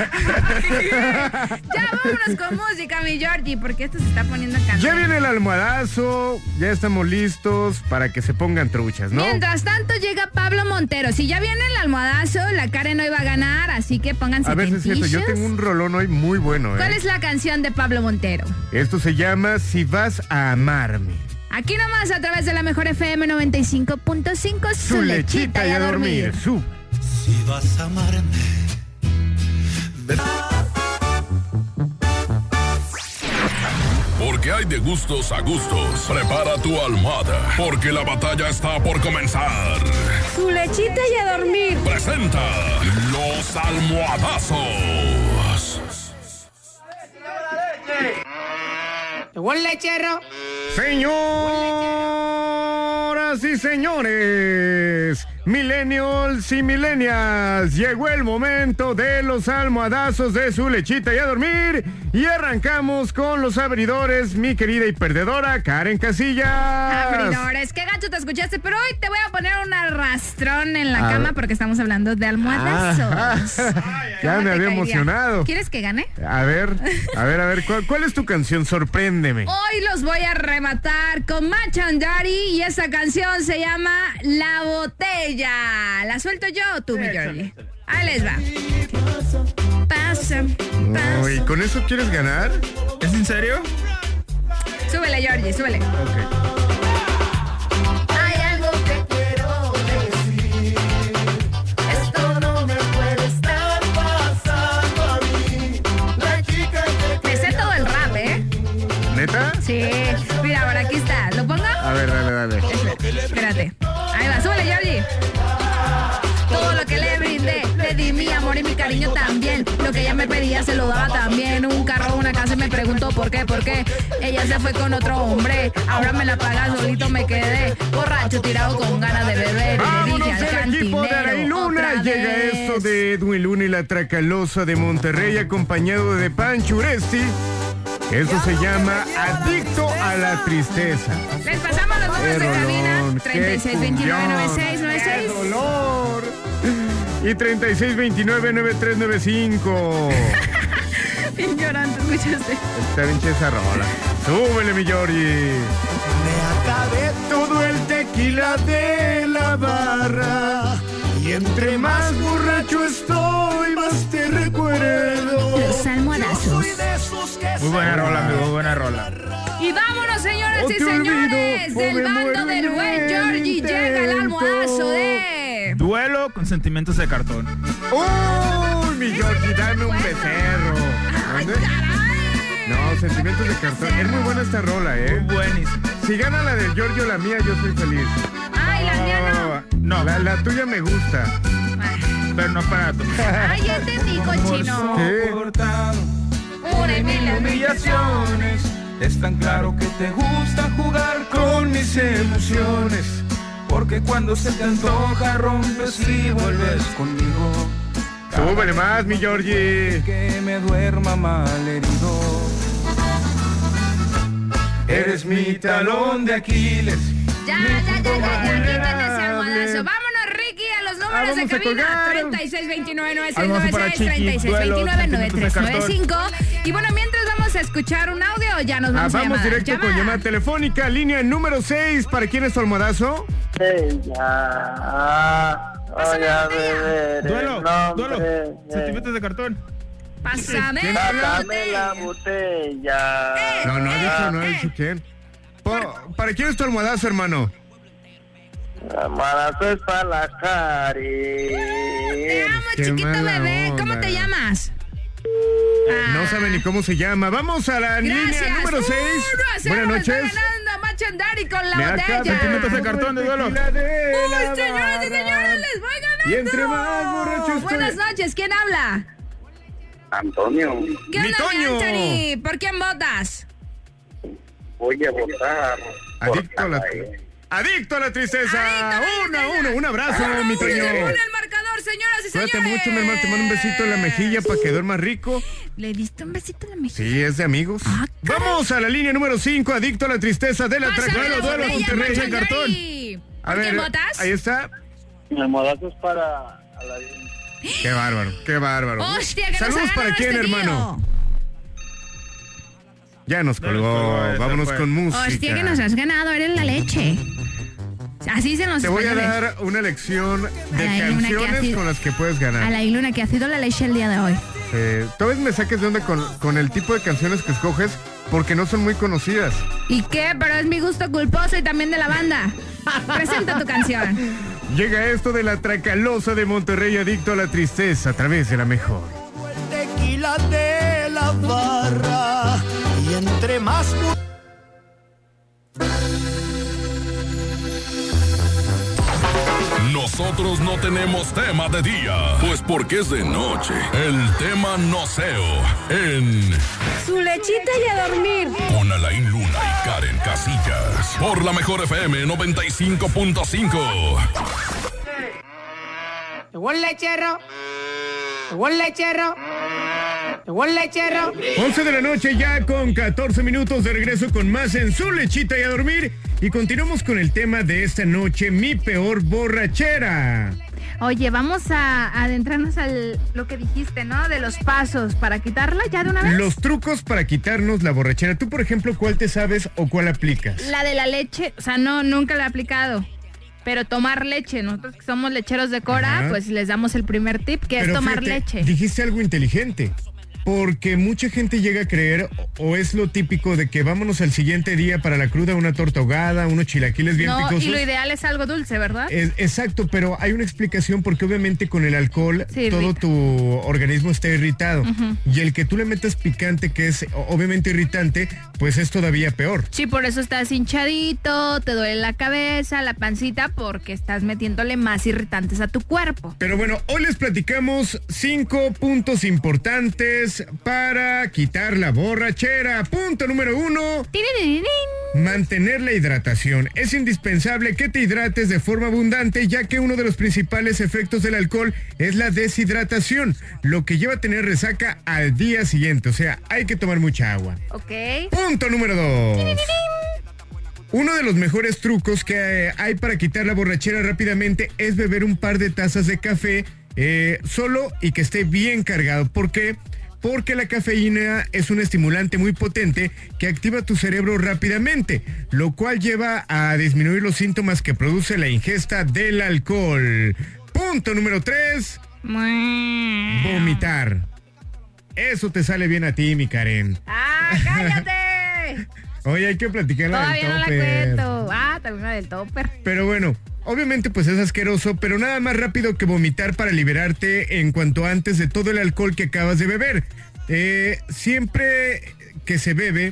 Ya vámonos con música, mi Georgie, porque esto se está poniendo cantante. ya viene el almohadazo, ya estamos listos para que se pongan truchas, ¿no? Mientras tanto llega Pablo Montero. Si ya viene el almohadazo, la Karen no iba a ganar, así que pónganse A ver si es cierto, yo tentillos. tengo un rolón hoy muy bueno, ¿eh? ¿Cuál es la canción de Pablo Montero? Esto se llama Si vas a amarme. Aquí nomás a través de la mejor FM 95.5, su lechita y a dormir. Su. Si vas a amarme. Porque hay de gustos a gustos. Prepara tu almohada, porque la batalla está por comenzar. Su lechita y a dormir. Presenta los almohadazos. Llegó el lechero. Señoras y señores, millennials y millennials, llegó el momento de los almohadazos de su lechita y a dormir. Y arrancamos con los abridores, mi querida y perdedora Karen Casillas. Abridores, qué gacho te escuchaste, pero hoy te voy a poner un arrastrón en la A cama ver. porque estamos hablando de almohadazos. Ah, ya ¿Cómo me había te caería? emocionado. ¿Quieres que gane? A ver, a ver, a ver, ¿cuál, cuál es tu canción? Sorpréndeme. Hoy los voy a rematar con Machandari y esa canción se llama La Botella. ¿La suelto yo o tú, mi Jordi? Ahí les va. Pasa, Uy, ¿con eso quieres ganar? ¿Es en serio? Súbele, Jordi, súbele. Ok. Hay algo que quiero decir. Esto no me puede estar pasando a mí. La chica que Me sé todo el rap, ¿eh? ¿Neta? Sí. Mira, ahora aquí está. ¿Lo pongo? A ver, dale, dale. Espérate. Ahí va, súbele, Georgie. Todo lo que le brindé, le di mi amor y mi cariño también. Lo que ella me pedía se lo daba también. Un carro, una casa y me preguntó por qué, por qué. Ella se fue con otro hombre. Ahora me la paga solito, me quedé borracho, tirado con ganas de beber. Y le Vámonos dije al el equipo de Araí cantinero otra Luna. Llega vez. esto de Edwin Luna y la Tracalosa de Monterrey, acompañado de Pancho Uresti. Eso se llama Adicto a la Tristeza. Les pasamos los números de Qué cabina. dolor, qué 36 29 96 ¡Qué 96. dolor! Y 3629-9395. Bien llorando, escuchaste. Está bien esa rola. Súbele, mi Yori. acabé todo el tequila de la barra. Y entre más borracho estoy, más te recuerdo. Los almohadazos. Muy buena rola, amigo, muy buena rola. Y vámonos, señoras No y te olvido, señores, o me del bando muero del en buen el Georgie llega el intento. almohadazo de. Duelo con sentimientos de cartón. ¡Uy, mi Georgie, dame un becerro! ¿Dónde? No, sentimientos de cartón. Es muy buena esta rola, ¿eh? Buenísimo. Si gana la del Giorgio, la mía, yo soy feliz. Ay, la mía Va, va, no. Ah. va, va. La, la tuya me gusta. Pero no para tu. Ay, ya entendí, cochino. Una y mil humillaciones. Es tan claro que te gusta jugar con mis emociones. Porque cuando se te antoja rompes y vuelves conmigo. Súbele más, mi Georgie. Que me duerma mal herido. Eres mi talón de Aquiles. Ya, ya, ya, ya, ya, quiten ese almohadazo. Vámonos, Ricky, a los Ah, números de vamos a cabina. colgar. 36 29 Almohadazo para 96 Chiqui, 96 29 duelo, 9395. Y bueno, mientras vamos a escuchar un audio, ya nos Ah, vamos, vamos a llamar. directo con llamada telefónica, línea número 6. ¿Para quién es tu almohadazo? Hola, bebé. Duelo, duelo. Sentimientos de cartón. Pásame ¿Quién la habla? botella. botella. No, no ha dicho, no ha dicho quién. Po- ¿Para quién es tu almohadazo, hermano? Almohadazo es para la Cari. Te amo, Qué chiquito mala bebé. ¿Cómo onda. te llamas? No sabe ni cómo se llama. Vamos a la Ah. Gracias. Uh, línea número 6. Uno a cero, Buenas está noches. ganando Machandari con la Me acaba botella. sentimientos de cartón de duelo. Uy, señoras y señores, les voy ganando. Y entre más borracho estoy. Buenas noches, ¿quién habla? Antonio, ¿Qué Mi onda, mi Toño. Anthony? ¿Por quién votas? voy a votar. Adicto a la, adicto a la tristeza. Uno, uno, un abrazo, Ah, mi Se Toño. pone el marcador, señoras y Cuídate señores. mucho, mi hermano. Te mando un besito en la mejilla para que duermas rico. ¿Le diste un besito a la mejilla? Sí, es de amigos. Vamos a la línea número 5, adicto a la tristeza de la Ah, Pásame traca. la Duelo, duelo, botella, Monterrey en Machandari. cartón. A ¿Por ver, quién votas? ahí está. Mi almohadazo es para Aladín. Qué bárbaro, qué bárbaro. Hostia, que nos Saludos ha para ganado quién, este hermano. Ya nos colgó. colgó, esa Vámonos fue. con música. Hostia, que nos has ganado, eres la leche. Así se nos Te voy a dar una lección de Ay, hay una que ha canciones sido- con las que puedes ganar. A la Iluna que ha sido la leche el día de hoy. Eh, tal vez me saques de onda con, con el tipo de canciones que escoges porque no son muy conocidas. ¿Y qué? Pero es mi gusto culposo y también de la banda. Presenta tu canción. Llega esto de la tracalosa de Monterrey adicto a la tristeza a través de la mejor. Tequila de la barra. Y entre más. Nosotros no tenemos tema de día, pues porque es de noche. El tema no seo en Su lechita y a dormir. con Alain Luna y Karen Casillas por la mejor FM 95.5. Llegó el lechero. Llegó el lechero. Llegó el lechero. 11 de la noche ya con 14 minutos de regreso con más en su lechita y a dormir. Y continuamos con el tema de esta noche, mi peor borrachera. Oye, vamos a adentrarnos al lo que dijiste, ¿no? De los pasos para quitarla ya de una vez. Los trucos para quitarnos la borrachera. Tú, por ejemplo, ¿cuál te sabes o cuál aplicas? La de la leche, o sea, no, nunca la he aplicado. Pero tomar leche, nosotros que somos lecheros de Cora, Ajá. pues les damos el primer tip, que es Pero tomar fíjate, leche. Dijiste algo inteligente. porque mucha gente llega a creer o es lo típico de que vámonos al siguiente día para la cruda, una torta ahogada, unos chilaquiles bien No, picosos. y lo ideal es algo dulce, ¿verdad? Es- exacto, pero hay una explicación porque obviamente con el alcohol Sí, todo irrita. tu organismo está irritado Ujú. y el que tú le metas picante que es o- obviamente irritante, pues es todavía peor. Sí, por eso estás hinchadito, te duele la cabeza, la pancita, porque estás metiéndole más irritantes a tu cuerpo. Pero bueno, hoy les platicamos cinco puntos importantes para quitar la borrachera. Punto número uno. Mantener la hidratación. Es indispensable que te hidrates de forma abundante ya que uno de los principales efectos del alcohol es la deshidratación, lo que lleva a tener resaca al día siguiente. O sea, hay que tomar mucha agua. ¿Ok? Punto número dos. Uno de los mejores trucos que eh, hay para quitar la borrachera rápidamente es beber un par de tazas de café eh, solo y que esté bien cargado. ¿Por qué? Porque la cafeína es un estimulante muy potente que activa tu cerebro rápidamente, lo cual lleva a disminuir los síntomas que produce la ingesta del alcohol. Punto número 3. Vomitar. Eso te sale bien a ti, mi Karen. ¡Ah, cállate! Hoy hay que platicar la del Todavía no la topper. cuento. Ah, también la del topper. Pero bueno, obviamente pues es asqueroso, pero nada más rápido que vomitar para liberarte en cuanto antes de todo el alcohol que acabas de beber. Eh, siempre que se bebe,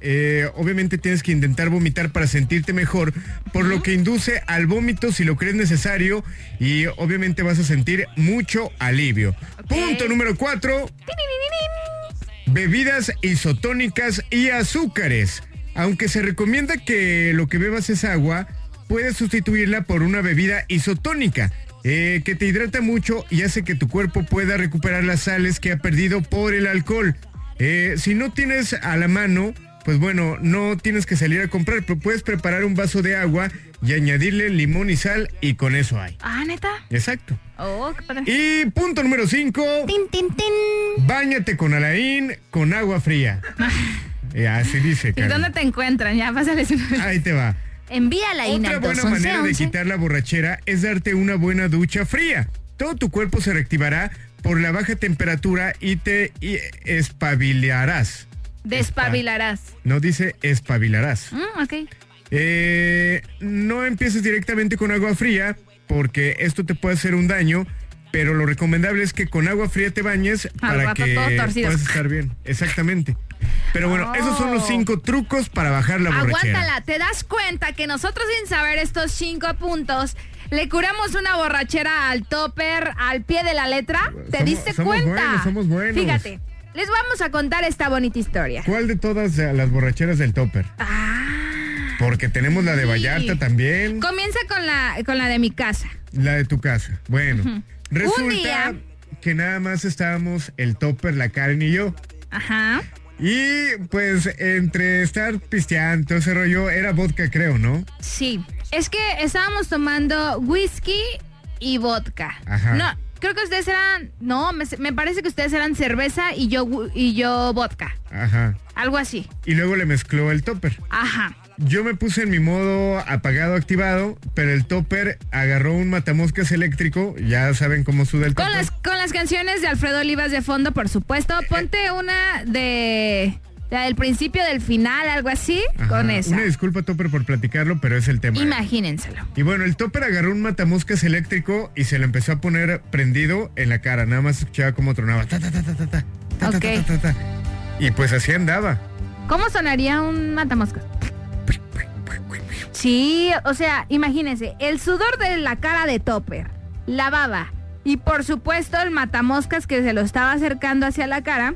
eh, obviamente tienes que intentar vomitar para sentirte mejor, por lo que induce al vómito si lo crees necesario y obviamente vas a sentir mucho alivio. Punto número cuatro. Bebidas isotónicas y azúcares. Aunque se recomienda que lo que bebas es agua, puedes sustituirla por una bebida isotónica, eh, que te hidrata mucho y hace que tu cuerpo pueda recuperar las sales que ha perdido por el alcohol. Eh, si no tienes a la mano, pues bueno, no tienes que salir a comprar, pero puedes preparar un vaso de agua y añadirle limón y sal y con eso hay. Ah, neta. Exacto. Oh, qué padre. Y punto número 5. Báñate con Alain con agua fría. Y así dice, ¿Y Karen. dónde te encuentran? Ya, pásales. Ahí te va. Envía la Otra INA al buena 211. manera de quitar la borrachera es darte una buena ducha fría. Todo tu cuerpo se reactivará por la baja temperatura y te y espabilarás. Despabilarás. No dice espabilarás. Mm, ok. Eh, no empieces directamente con agua fría porque esto te puede hacer un daño, pero lo recomendable es que con agua fría te bañes Al para rato que todo puedas torcido. estar bien. Exactamente. Pero bueno, Oh. esos son los cinco trucos para bajar la borrachera. Aguántala, te das cuenta que nosotros sin saber estos cinco puntos le curamos una borrachera al topper al pie de la letra. ¿Te Somos- diste somos cuenta? buenos, somos buenos. Fíjate, les vamos a contar esta bonita historia. ¿Cuál de todas eh, las borracheras del topper? Porque tenemos la de sí. Vallarta también, Comienza con la, con la de mi casa. la de tu casa. Bueno, Ujú. Un resulta día- que nada más estábamos el topper, la Karen y yo. Ajá. Y pues entre estar pisteando, todo ese rollo, era vodka creo, ¿no? Sí. Es que estábamos tomando whisky y vodka. Ajá. No, creo que ustedes eran. No, me, me parece que ustedes eran cerveza y yo, wu- y yo vodka. Ajá. Algo así. Y luego le mezcló el topper. Ajá. Yo me puse en mi modo apagado activado, pero el topper agarró un matamoscas eléctrico, ya saben cómo suda el Con topper. las, con las canciones de Alfredo Olivas de fondo, por supuesto. Eh, Ponte una de. La del principio del final, algo así. Ajá. Con esa. Una disculpa topper por platicarlo, pero es el tema. Imagínenselo. Y bueno, el topper agarró un matamoscas eléctrico y se lo empezó a poner prendido en la cara. Nada más escuchaba cómo tronaba. ta, ta, ta, ta, ta, ta, ta, ta, Ok. ta, ta. Y pues así andaba. ¿Cómo sonaría un matamoscas? Sí, o sea, imagínense, el sudor de la cara de Topper, la baba y por supuesto el matamoscas que se lo estaba acercando hacia la cara,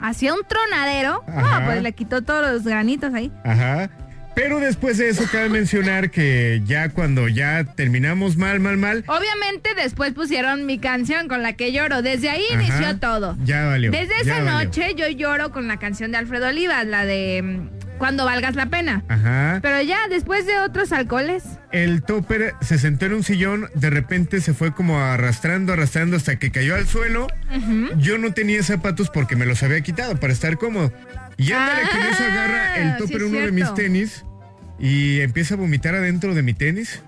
hacia un tronadero, Ajá. Ah, pues le quitó todos los granitos ahí. Ajá. Pero después de eso cabe mencionar que ya cuando ya terminamos mal, mal, mal, Obviamente después pusieron mi canción con la que lloro, desde ahí Ajá. inició todo. ya valió. Desde ya esa valió. noche yo lloro con la canción de Alfredo Olivas, la de mm, Cuando valgas la pena. Ajá. Pero ya después de otros alcoholes, El topper se sentó en un sillón, de repente se fue como arrastrando, arrastrando hasta que cayó al suelo. Yo no tenía zapatos porque me los había quitado para estar cómodo. Y ándale que en eso agarra el Ah, sí topper es uno de cierto. mis tenis y empieza a vomitar adentro de mi tenis.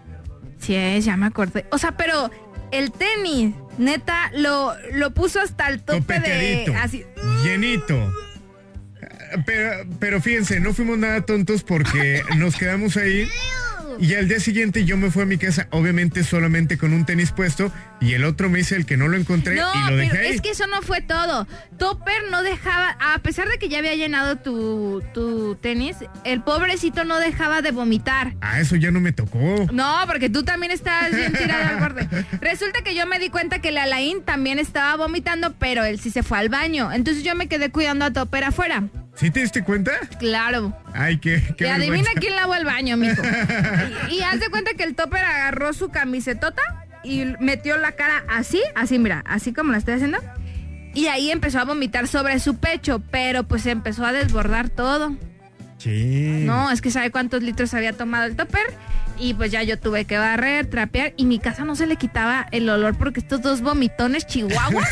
Sí, es, ya me acordé. O sea, pero el tenis Neta, lo, lo puso hasta el tope de. Topeteadito. Así. Llenito. Pero, pero fíjense, no fuimos nada tontos porque nos quedamos ahí. Y al día siguiente yo me fui a mi casa, obviamente solamente con un tenis puesto, y el otro me hice el que no lo encontré No, y lo dejé pero ahí. es que eso no fue todo. Topper no dejaba, a pesar de que ya había llenado tu, tu tenis, el pobrecito no dejaba de vomitar. Ah, eso ya no me tocó. No, porque tú también estabas bien tirada al borde. Resulta que yo me di cuenta que el Alain también estaba vomitando, pero él sí se fue al baño. Entonces yo me quedé cuidando a Topper afuera. ¿Sí te diste cuenta? Claro. Ay, qué, qué y adivina vergüenza. quién lavó el baño, mijo. Y, y haz de cuenta que el topper agarró su camisetota y metió la cara así, así, mira, así como la estoy haciendo. Y ahí empezó a vomitar sobre su pecho, pero pues empezó a desbordar todo. Sí. No, es que sabe cuántos litros había tomado el topper. Y pues ya yo tuve que barrer, trapear. Y mi casa no se le quitaba el olor porque estos dos vomitones chihuahuas.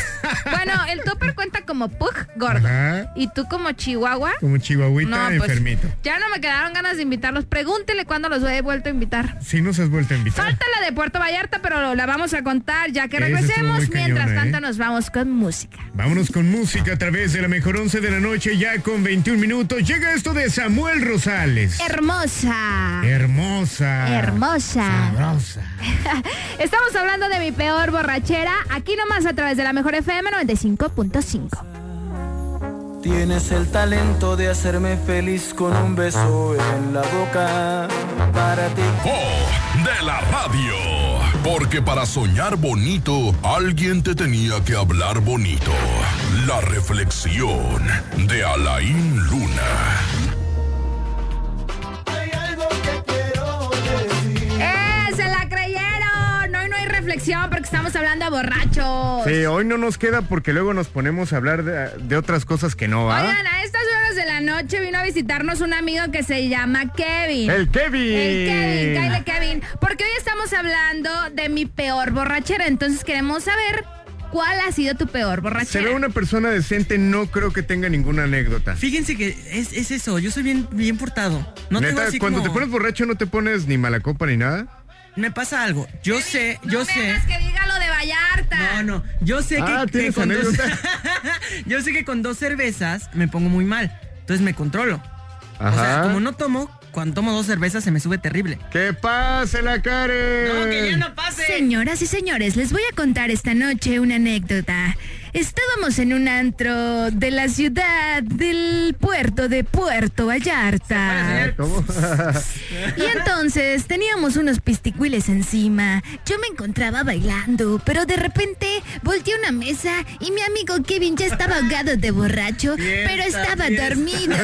bueno, el topper cuenta como pug gordo. Ajá. Y tú como chihuahua. Como chihuahuita No, pues, enfermito. Ya no me quedaron ganas de invitarlos. Pregúntele cuándo los he vuelto a invitar. Sí nos has vuelto a invitar. Falta la de Puerto Vallarta, pero la vamos a contar ya que Esa estuvo regresemos. muy cañona, Mientras ¿eh? tanto, nos vamos con música. Vámonos con música a través de la mejor 11 de la noche, ya con 21 minutos. Llega esto de Samuel Rosales. Hermosa. Hermosa. Ah. Hermosa. Sabrosa. Estamos hablando de mi peor borrachera. Aquí nomás a través de la mejor FM 95.5. Tienes el talento de hacerme feliz con un beso en la boca. Para ti. de la radio. Porque para soñar bonito, alguien te tenía que hablar bonito. La reflexión de Alain Luna. ¡Eh! ¡Se la creyeron! Hoy no hay reflexión porque estamos hablando de borrachos. Sí, hoy no nos queda porque luego nos ponemos a hablar de, de otras cosas que no, ¿va? Oigan, a estas horas de la noche vino a visitarnos un amigo que se llama Kevin. ¡El Kevin! El Kevin, cállate, Kevin. Porque hoy estamos hablando de mi peor borrachera, entonces queremos saber cuál ha sido tu peor Se borrachera. ve una persona decente, no creo que tenga ninguna anécdota. Fíjense que Eh, es, es eso, yo soy bien, bien portado. No tengo Neta, así cuando como- te pones borracho no te pones ni mala copa ni nada. Me pasa algo. Yo sé, yo sé. Que diga lo de Vallarta. No, no. Yo sé Ah, que, que ¿tienes con dos, anécdota? yo sé que con dos cervezas me pongo muy mal. Entonces me controlo. O sea, Ajá. como no tomo, cuando tomo dos cervezas se me sube terrible. ¡Que pase la Karen! No, que ya no pase. Señoras y señores, les voy a contar esta noche una anécdota. Estábamos en un antro de la ciudad del puerto de Puerto Vallarta. ¿Cómo? Y entonces teníamos unos pisticuiles encima. Yo me encontraba bailando, pero de repente volteé a una mesa y mi amigo Kevin ya estaba ahogado de borracho, Fiesta, pero estaba fiesta. dormido.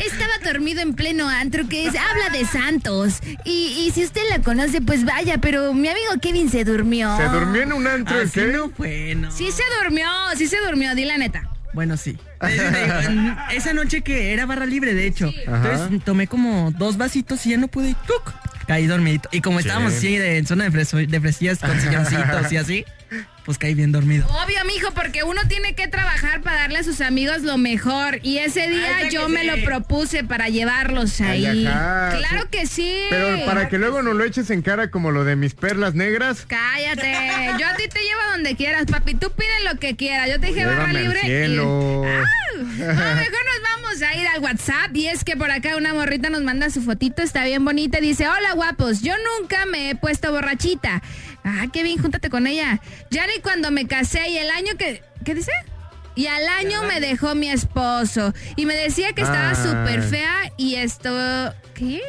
Estaba dormido en pleno antro que es habla de santos. Y, y si usted la conoce, pues vaya, pero mi amigo Kevin se durmió. ¿Se durmió en un antro el Así Kevin? no fue, no. Sí se durmió, sí se durmió, di la neta. Bueno, sí. En Esa noche que era barra libre, de hecho. Entonces tomé como dos vasitos y ya no pude. y ¡tuc! Caí dormidito. Y como Sí. estábamos así de- en zona de, freso- de fresillas con silloncitos y así, pues caí bien dormido. Obvio, mijo, porque uno tiene que trabajar para darle a sus amigos lo mejor. Y Ah, ese día Ay, ya yo que me sí. lo propuse para llevarlos ahí. Ay, ajá. Claro que sí. Pero para que luego no lo eches en cara como lo de mis perlas negras. Cállate, yo a ti te llevo donde quieras, papi. Tú pide lo que quieras. Yo te dije barra Pues Llévame libre. al y- Ah. cielo. No, mejor nos vamos a ir al WhatsApp y es que por acá una morrita nos manda su fotito, está bien bonita, y dice, hola guapos, yo nunca me he puesto borrachita. Ah, qué bien, júntate con ella. Ya ni cuando me casé y el año que... ¿Qué dice? Y al año Ah. me dejó mi esposo y me decía que estaba Ay. súper fea y esto... ¿Qué?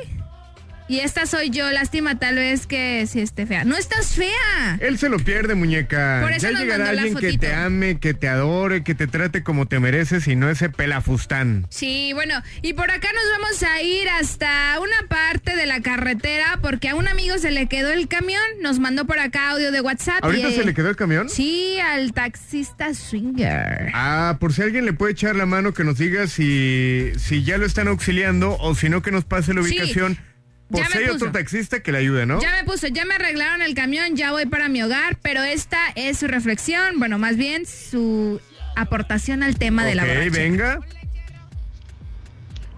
Y esta soy yo, lástima tal vez que sí esté fea. No estás fea. Él se lo pierde, muñeca. Por eso ya nos llegará mandó la alguien que fotito. te ame, que te adore, que te trate como te mereces y no ese pelafustán. Sí, bueno, y por acá nos vamos a ir hasta una parte de la carretera porque a un amigo se le quedó el camión, nos mandó por acá audio de WhatsApp. ¿Ahorita y, se eh, le quedó el camión? Sí, al taxista swinger. Ah, por si alguien le puede echar la mano que nos diga si, si ya lo están auxiliando o si no que nos pase la Sí, ubicación. ya Pues me si hay puso. otro taxista que le ayude, ¿no? Ya me puso, ya me arreglaron el camión, ya voy para mi hogar, pero esta es su reflexión, bueno, más bien su aportación al tema de la Ok, borrachera. venga.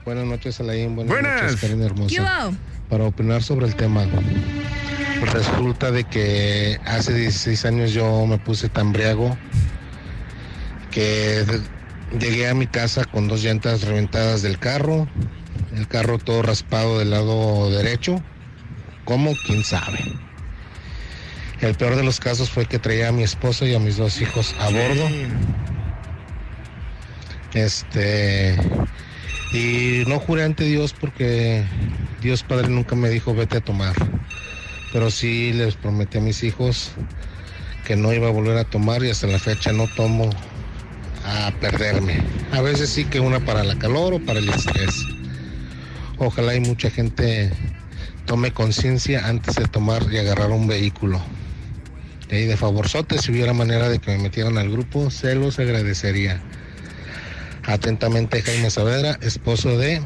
Buenas noches, Alain. Buenas, Buenas. noches, Karen ¿Qué Hermosa. hubo? Para opinar sobre el tema, Pues resulta de que hace 16 años yo me puse tan briago que de- llegué a mi casa con dos llantas reventadas del carro, el carro todo raspado del lado derecho. ¿Cómo? ¿Quién sabe? El peor de los casos fue que traía a mi esposa y a mis dos hijos a bordo. Este. Y no juré ante Dios porque Dios Padre nunca me dijo vete a tomar. Pero sí les prometí a mis hijos que no iba a volver a tomar y hasta la fecha no tomo a perderme. A veces sí que una para la calor o para el estrés. Ojalá y mucha gente tome conciencia antes de tomar y agarrar un vehículo. Y ahí de favorzote, si hubiera manera de que me metieran al grupo, se los agradecería. Atentamente Jaime Saavedra, esposo de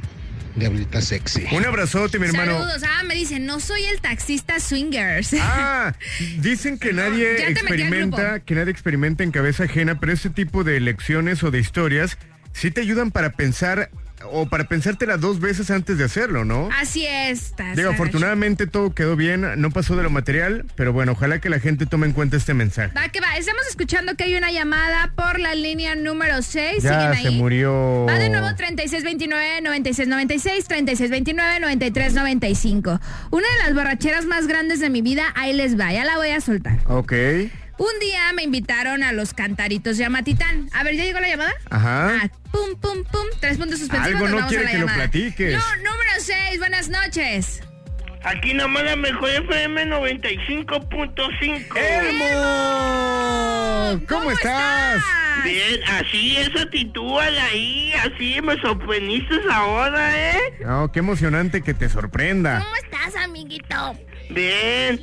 Diablita Sexy. Un abrazote, mi hermano. Saludos. Ah, me dicen, no soy el taxista swingers. Ah, dicen que nadie Ya te metí al experimenta, grupo. que nadie experimenta en cabeza ajena, pero ese tipo de lecciones o de historias sí te ayudan para pensar o para pensártela dos veces antes de hacerlo, ¿no? Así es. tas- Digo, afortunadamente todo quedó bien, no pasó de lo material, pero bueno, ojalá que la gente tome en cuenta este mensaje. Va que va. Estamos escuchando que hay una llamada por la línea número 6. ¿Siguen Ya ahí? se murió. Va de nuevo 3629-9696, 3629-9395. Una de las borracheras más grandes de mi vida, ahí les va, ya la voy a soltar. Ok, Un día me invitaron a los cantaritos de Amatitán. A ver, ¿ya llegó la llamada? ajá. Ah, pum, pum, pum, tres puntos suspensivos. Algo nos no vamos quiere a la que lo llamada. platiques. No, número 6, buenas noches. Aquí nomás la mejor FM 95.5. ¡Eh! ¡Elmo! ¿Cómo estás? Bien, así es actitud ahí, así pues, me sorprendiste ahora, ¿eh? No, qué emocionante que te sorprenda. ¿Cómo estás, amiguito? Bien,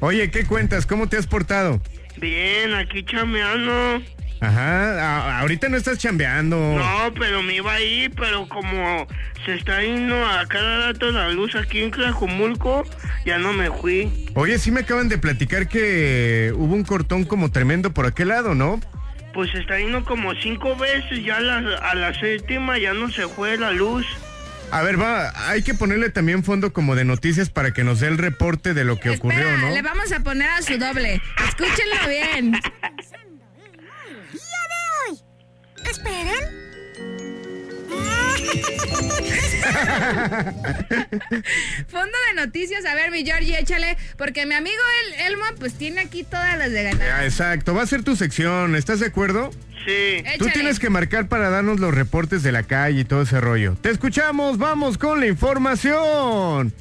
Oye, ¿qué cuentas? ¿Cómo te has portado? bien, aquí chameando. Ajá, a- ahorita no estás chambeando. No, pero me iba a ir, pero como se está yendo a cada rato la luz aquí en Tlajumulco, ya no me fui. Oye, sí me acaban de platicar que hubo un cortón como tremendo por aquel lado, ¿no? Pues se está yendo como cinco veces, ya a la, a la séptima ya no se fue la luz. A ver, va, hay que ponerle también fondo como de noticias para que nos dé el reporte de lo que ocurrió, Espera, ¿no? le vamos a poner a su doble. Escúchenlo bien. hoy. ¿Esperan? Fondo de noticias, a ver, mi Georgie, échale, porque mi amigo el, Elmo, pues tiene aquí todas las de ganar. Ah, exacto, va a ser tu sección, ¿estás de acuerdo? Sí. Tú tienes que marcar para darnos los reportes de la calle y todo ese rollo. Te escuchamos, vamos con la información.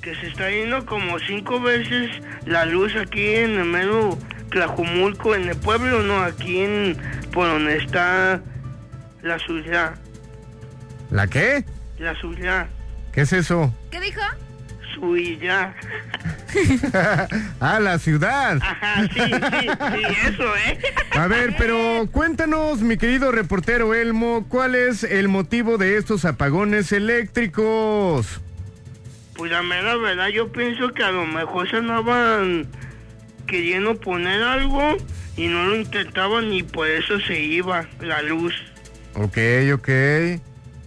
que se está yendo como cinco veces la luz aquí en el mero Tlajumulco, en el pueblo, no, aquí en por donde está la suya, ¿La qué? la suya, ¿Qué es eso? ¿Qué dijo? suya. ah, la ciudad. Ajá, sí, sí, sí, eso, ¿eh? A ver, pero cuéntanos, mi querido reportero Elmo, ¿cuál es el motivo de estos apagones eléctricos? Pues la mera verdad, yo pienso que a lo mejor se andaban queriendo poner algo y no lo intentaban y por eso se iba la luz. Ok, ok.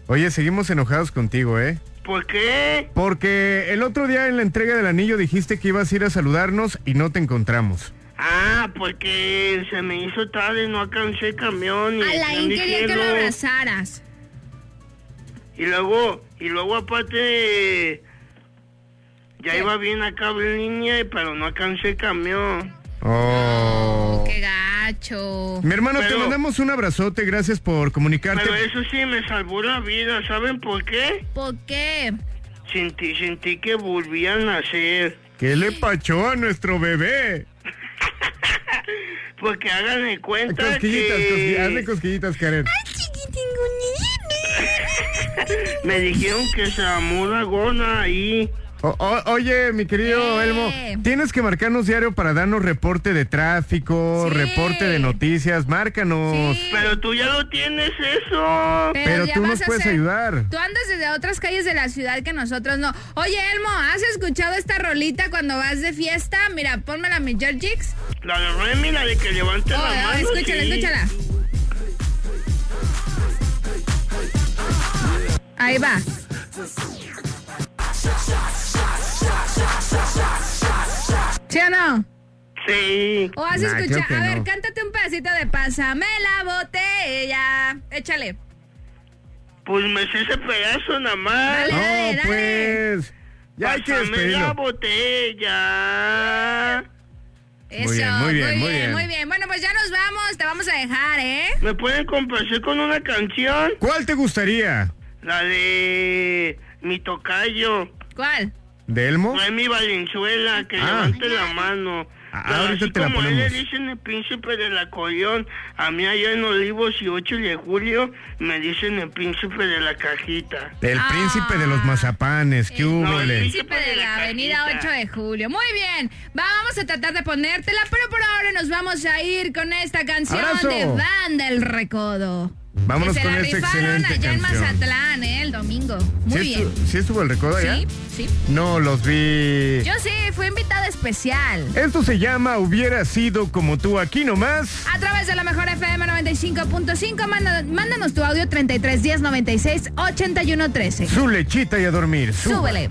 Oye, seguimos enojados contigo, ¿eh? ¿Por qué? Porque el otro día en la entrega del anillo dijiste que ibas a ir a saludarnos y no te encontramos. Ah, porque se me hizo tarde, no alcancé el camión. Y Alain me quería que lo dijeron- abrazaras. Y luego, y luego aparte, ya iba bien acá en línea, pero no alcancé el camión. Oh. Qué gacho. Mi hermano, te Pero- mandamos un abrazote, gracias por comunicarte. Pero eso sí me salvó la vida, ¿saben por qué? ¿Por qué? Sentí, sentí que volvían a nacer. ¿Qué le pachó a nuestro bebé? Porque hagan de cuenta Cosquillitas, cosqui- hazle que cosquillitas, Karen. me dijeron que se amó la gona ahí. O- o- oye, mi Eh. querido Elmo, tienes que marcarnos diario para darnos reporte de tráfico, reporte de noticias, márcanos. Pero tú ya lo tienes eso. Pero ya tú vas nos a puedes hacer- ayudar. Tú andas desde otras calles de la ciudad que nosotros no. Oye, Elmo, ¿has escuchado esta rolita cuando vas de fiesta? Mira, pónmela, mi Georgix. La de Remy, la de que levante Oh, la oh, mano. escúchala, sí. escúchala. Ahí va. ¿Sí o no? Sí. ¿O has Nah, escuchado? creo que A ver, no. cántate un pedacito de Pásame la botella. Échale. Pues me sé ese pedazo nada más. Dale, dale, no, dale. pues. ya hay que Pásame la despedirlo. botella. Eso. Muy bien, muy bien, muy bien. muy bien. Bueno, pues ya nos vamos. Te vamos a dejar, ¿eh? ¿Me pueden complacer con una canción? ¿Cuál te gustaría? La de mi tocayo. ¿Cuál? ¿Delmo? No es mi Valenzuela, que Ah. levante la mano. Ah, Pero ahorita así te la como a él le ponemos. dicen el príncipe del acordeón, a mí allá en Olivos y 8 de julio me dicen el príncipe de la cajita. El príncipe de los mazapanes, qué húmole. Ah. Príncipe de la avenida 8 de julio. Muy bien. Vamos a tratar de ponértela, pero por ahora nos vamos a ir con esta canción Abrazo. de Van del Recodo. Vámonos que se con la esta rifaron excelente allá en canción. Mazatlán, ¿eh? El domingo. Muy ¿Sí bien. estu- ¿Sí estuvo el recodo allá? Sí, sí. No, los vi. Yo sí, fui invitada especial. Esto se llama Hubiera sido como tú aquí nomás. A través de la mejor FM 95.5, manda- mándanos tu audio 33 10 96 81 13. Su lechita y a dormir. Su- Súbele.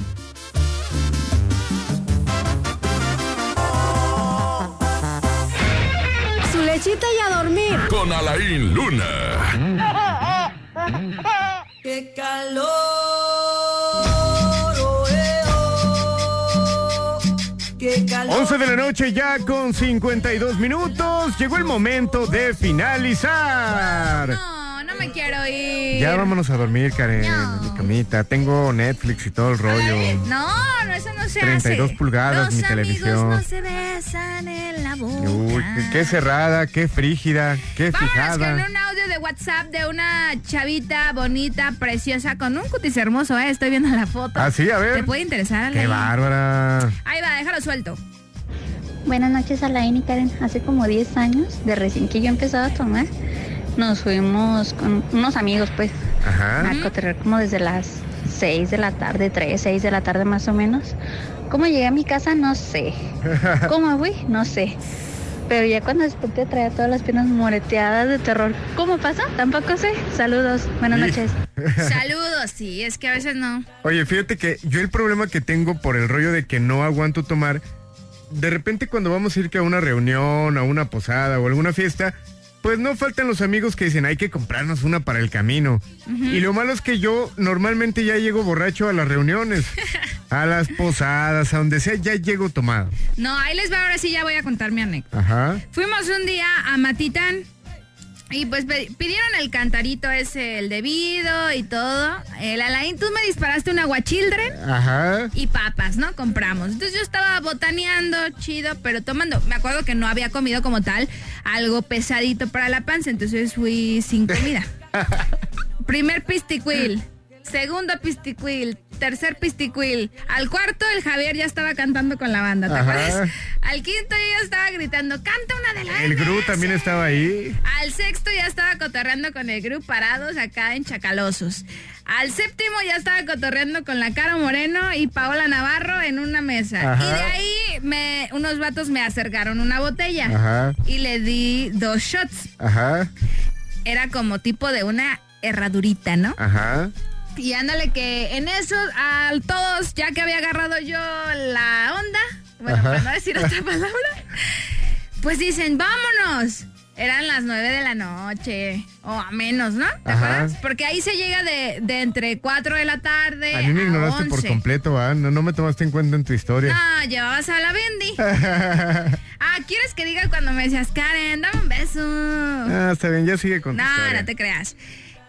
Su lechita y a dormir. Con Alain Luna. ¡Qué calor! oh, eh, oh. ¡Qué calor! 11 de la noche ya con 52 minutos. Llegó el momento de finalizar. No, no me quiero ir. Ya vámonos a dormir, Karen, en mi camita. Tengo Netflix y todo el rollo. No, no, eso no se 32 hace. pulgadas, Los mi amigos televisión. no se besan en la boca. Uy, qué- qué cerrada, qué frígida, qué Vámonos fijada. con un audio de WhatsApp de una chavita bonita, preciosa, con un cutis hermoso, ¿eh? Estoy viendo la foto. Ah, sí, a ver. ¿Te puede interesar? Qué Alain? bárbara. Ahí va, déjalo suelto. Buenas noches, Alain y Karen. Hace como 10 años, de recién que yo empezaba a tomar, nos fuimos con unos amigos, pues, Ajá. a cotorrear como desde las 6 de la tarde, 3, 6 de la tarde más o menos. ¿Cómo llegué a mi casa? No sé. ¿Cómo fui? No sé. Pero ya cuando desperté traía todas las piernas moreteadas de terror. ¿Cómo pasa? Tampoco sé. Saludos. Buenas Y- noches. Saludos, sí, es que a veces no. Oye, fíjate que yo el problema que tengo por el rollo de que no aguanto tomar, de repente cuando vamos a ir que a una reunión, a una posada o alguna fiesta, pues no faltan los amigos que dicen hay que comprarnos una para el camino. Ujú. Y lo malo es que yo normalmente ya llego borracho a las reuniones, a las posadas, a donde sea, ya llego tomado. No, ahí les va, ahora sí ya voy a contar mi anécdota. Ajá. Fuimos un día a Matitán y pues pe- pidieron el cantarito ese, el debido y todo. El Alain, tú me disparaste una guachildren Ajá. y papas, ¿no? Compramos. Entonces yo estaba botaneando, chido, pero tomando. Me acuerdo que no había comido como tal algo pesadito para la panza, entonces fui sin comida. Primer pistiquil, segundo pistiquil, tercer pistiquil. Al cuarto el Javier ya estaba cantando con la banda, ¿te Ajá. acuerdas? Al quinto yo ya estaba gritando, canta una de las... El Gru también estaba ahí. Al sexto ya estaba cotorreando con el grupo parados acá en Chacalosos. Al séptimo ya estaba cotorreando con la Caro Moreno y Paola Navarro en una mesa. Ajá. Y de ahí me- unos vatos me acercaron una botella Ajá. y le di dos shots. Ajá. Era como tipo de una herradurita, ¿no? Ajá. Y ándale que en eso, a todos, ya que había agarrado yo la onda, bueno, Ajá. para no decir otra palabra, pues dicen, vámonos. Eran las nueve de la noche, o a menos, ¿no? ¿Te Ajá. acuerdas? Porque ahí se llega de, de entre 4 de la tarde A mí me ignoraste por 11. completo, ¿ah? No, no me tomaste en cuenta en tu historia. No, llevabas a la Bendy. ah, ¿quieres que diga cuando me decías, Karen, dame un beso? Ah, está bien, ya sigue con tu No, historia. no te creas.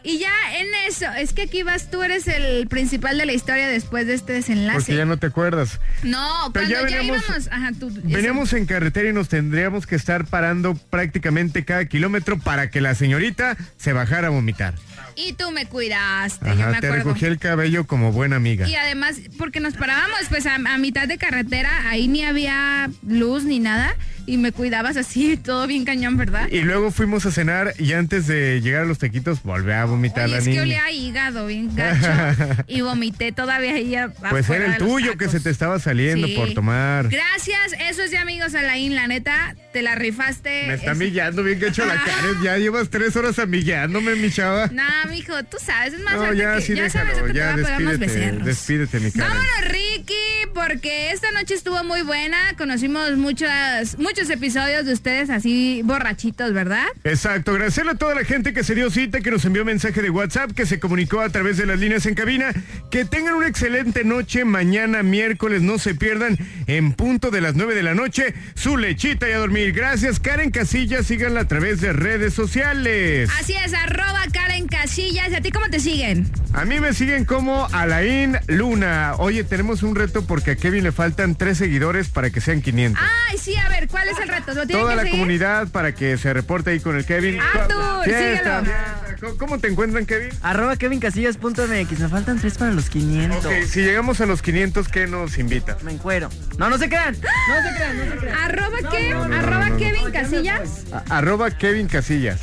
Y ya en eso, es que aquí vas, tú eres el principal de la historia después de este Porque desenlace. ya no te acuerdas. No, Pero cuando ya, ya veníamos- íbamos. Ajá, tú. Veníamos en carretera y nos tendríamos que estar parando prácticamente cada kilómetro para que la señorita se bajara a vomitar. Y tú me cuidaste, yo me Ajá, te acuerdo. recogí el cabello como buena amiga. Y además, porque nos parábamos pues a, a mitad de carretera, ahí ni había luz ni nada, y me cuidabas así, todo bien cañón, ¿verdad? Y luego fuimos a cenar y antes de llegar a los tequitos volví a vomitar Oye, la es que niña. olía a hígado, bien gacho. y vomité todavía ahí a- pues afuera era el de los tuyo que se te estaba saliendo Sí. por tomar. Gracias, eso es de amigos Alain, la neta, te la rifaste. Me está Es- millando bien que he hecho la cara. Ya llevas tres horas amillándome, mi chava. Nah, mijo, tú sabes, es más No, suerte ya que- sí ya sabes déjalo, que te ya va a pegar los despídete, becerros. despídete mi cara. Vámonos, Ricky, porque esta noche estuvo muy buena. Conocimos muchas, muchos episodios de ustedes así borrachitos, ¿verdad? Exacto, agradecerle a toda la gente que se dio cita, que nos envió mensaje de WhatsApp, que se comunicó a través de las líneas en cabina. Que tengan una excelente noche. Mañana miércoles no se pierdan en punto de las 9 de la noche su lechita y a dormir. Gracias, Karen Casillas. Síganla a través de redes sociales. Así es, arroba Karen Casillas. ¿Y a ti cómo te siguen? A mí me siguen como Alain Luna. Oye, tenemos un reto porque a Kevin le faltan tres seguidores para que sean 500. Ay, sí, a ver, ¿cuál es el reto? ¿Lo Ah, tienen Toda que la seguir? comunidad para que se reporte ahí con el Kevin. Arthur, Fiesta, síguelo. fiesta. ¿Cómo- ¿Cómo te encuentran, Kevin? Arroba kevincasillas.mx. Me faltan tres para los 500. Ok, si llegamos a los 500, ¿qué nos invita? Me encuero. No, no se crean. No se crean, no se crean. ¿Arroba qué? no, no, ¿Arroba no, no. Kevin Casillas? A- Arroba Kevin Casillas.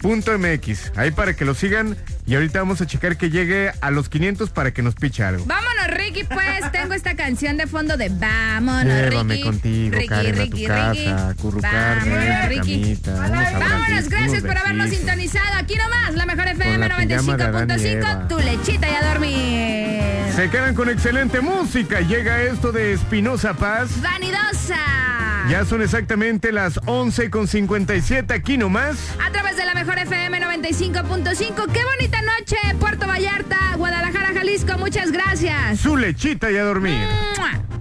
Punto MX. Ahí para que lo sigan. Y ahorita vamos a checar que llegue a los 500 para que nos piche algo. Vámonos, Ricky, pues. Tengo esta canción de fondo de Vámonos, Llévame Ricky. contigo, Ricky, Karen, a tu Ricky, casa, Ricky. currucarme Vámonos, en tu Ricky. camita, unos Vámonos, abracicos, gracias por habernos besitos. sintonizado. Aquí nomás, la mejor FM la pijama de Adán y 95.5, Eva. tu lechita y a dormir. Se quedan con excelente música. Llega esto de Espinosa Paz. Vanidosa. Ya son exactamente las 11 con 57 aquí nomás. A través de la mejor FM 95.5. Qué bonita noche, Puerto Vallarta, Guadalajara, Jalisco. Muchas gracias. Su lechita y a dormir. ¡Mua!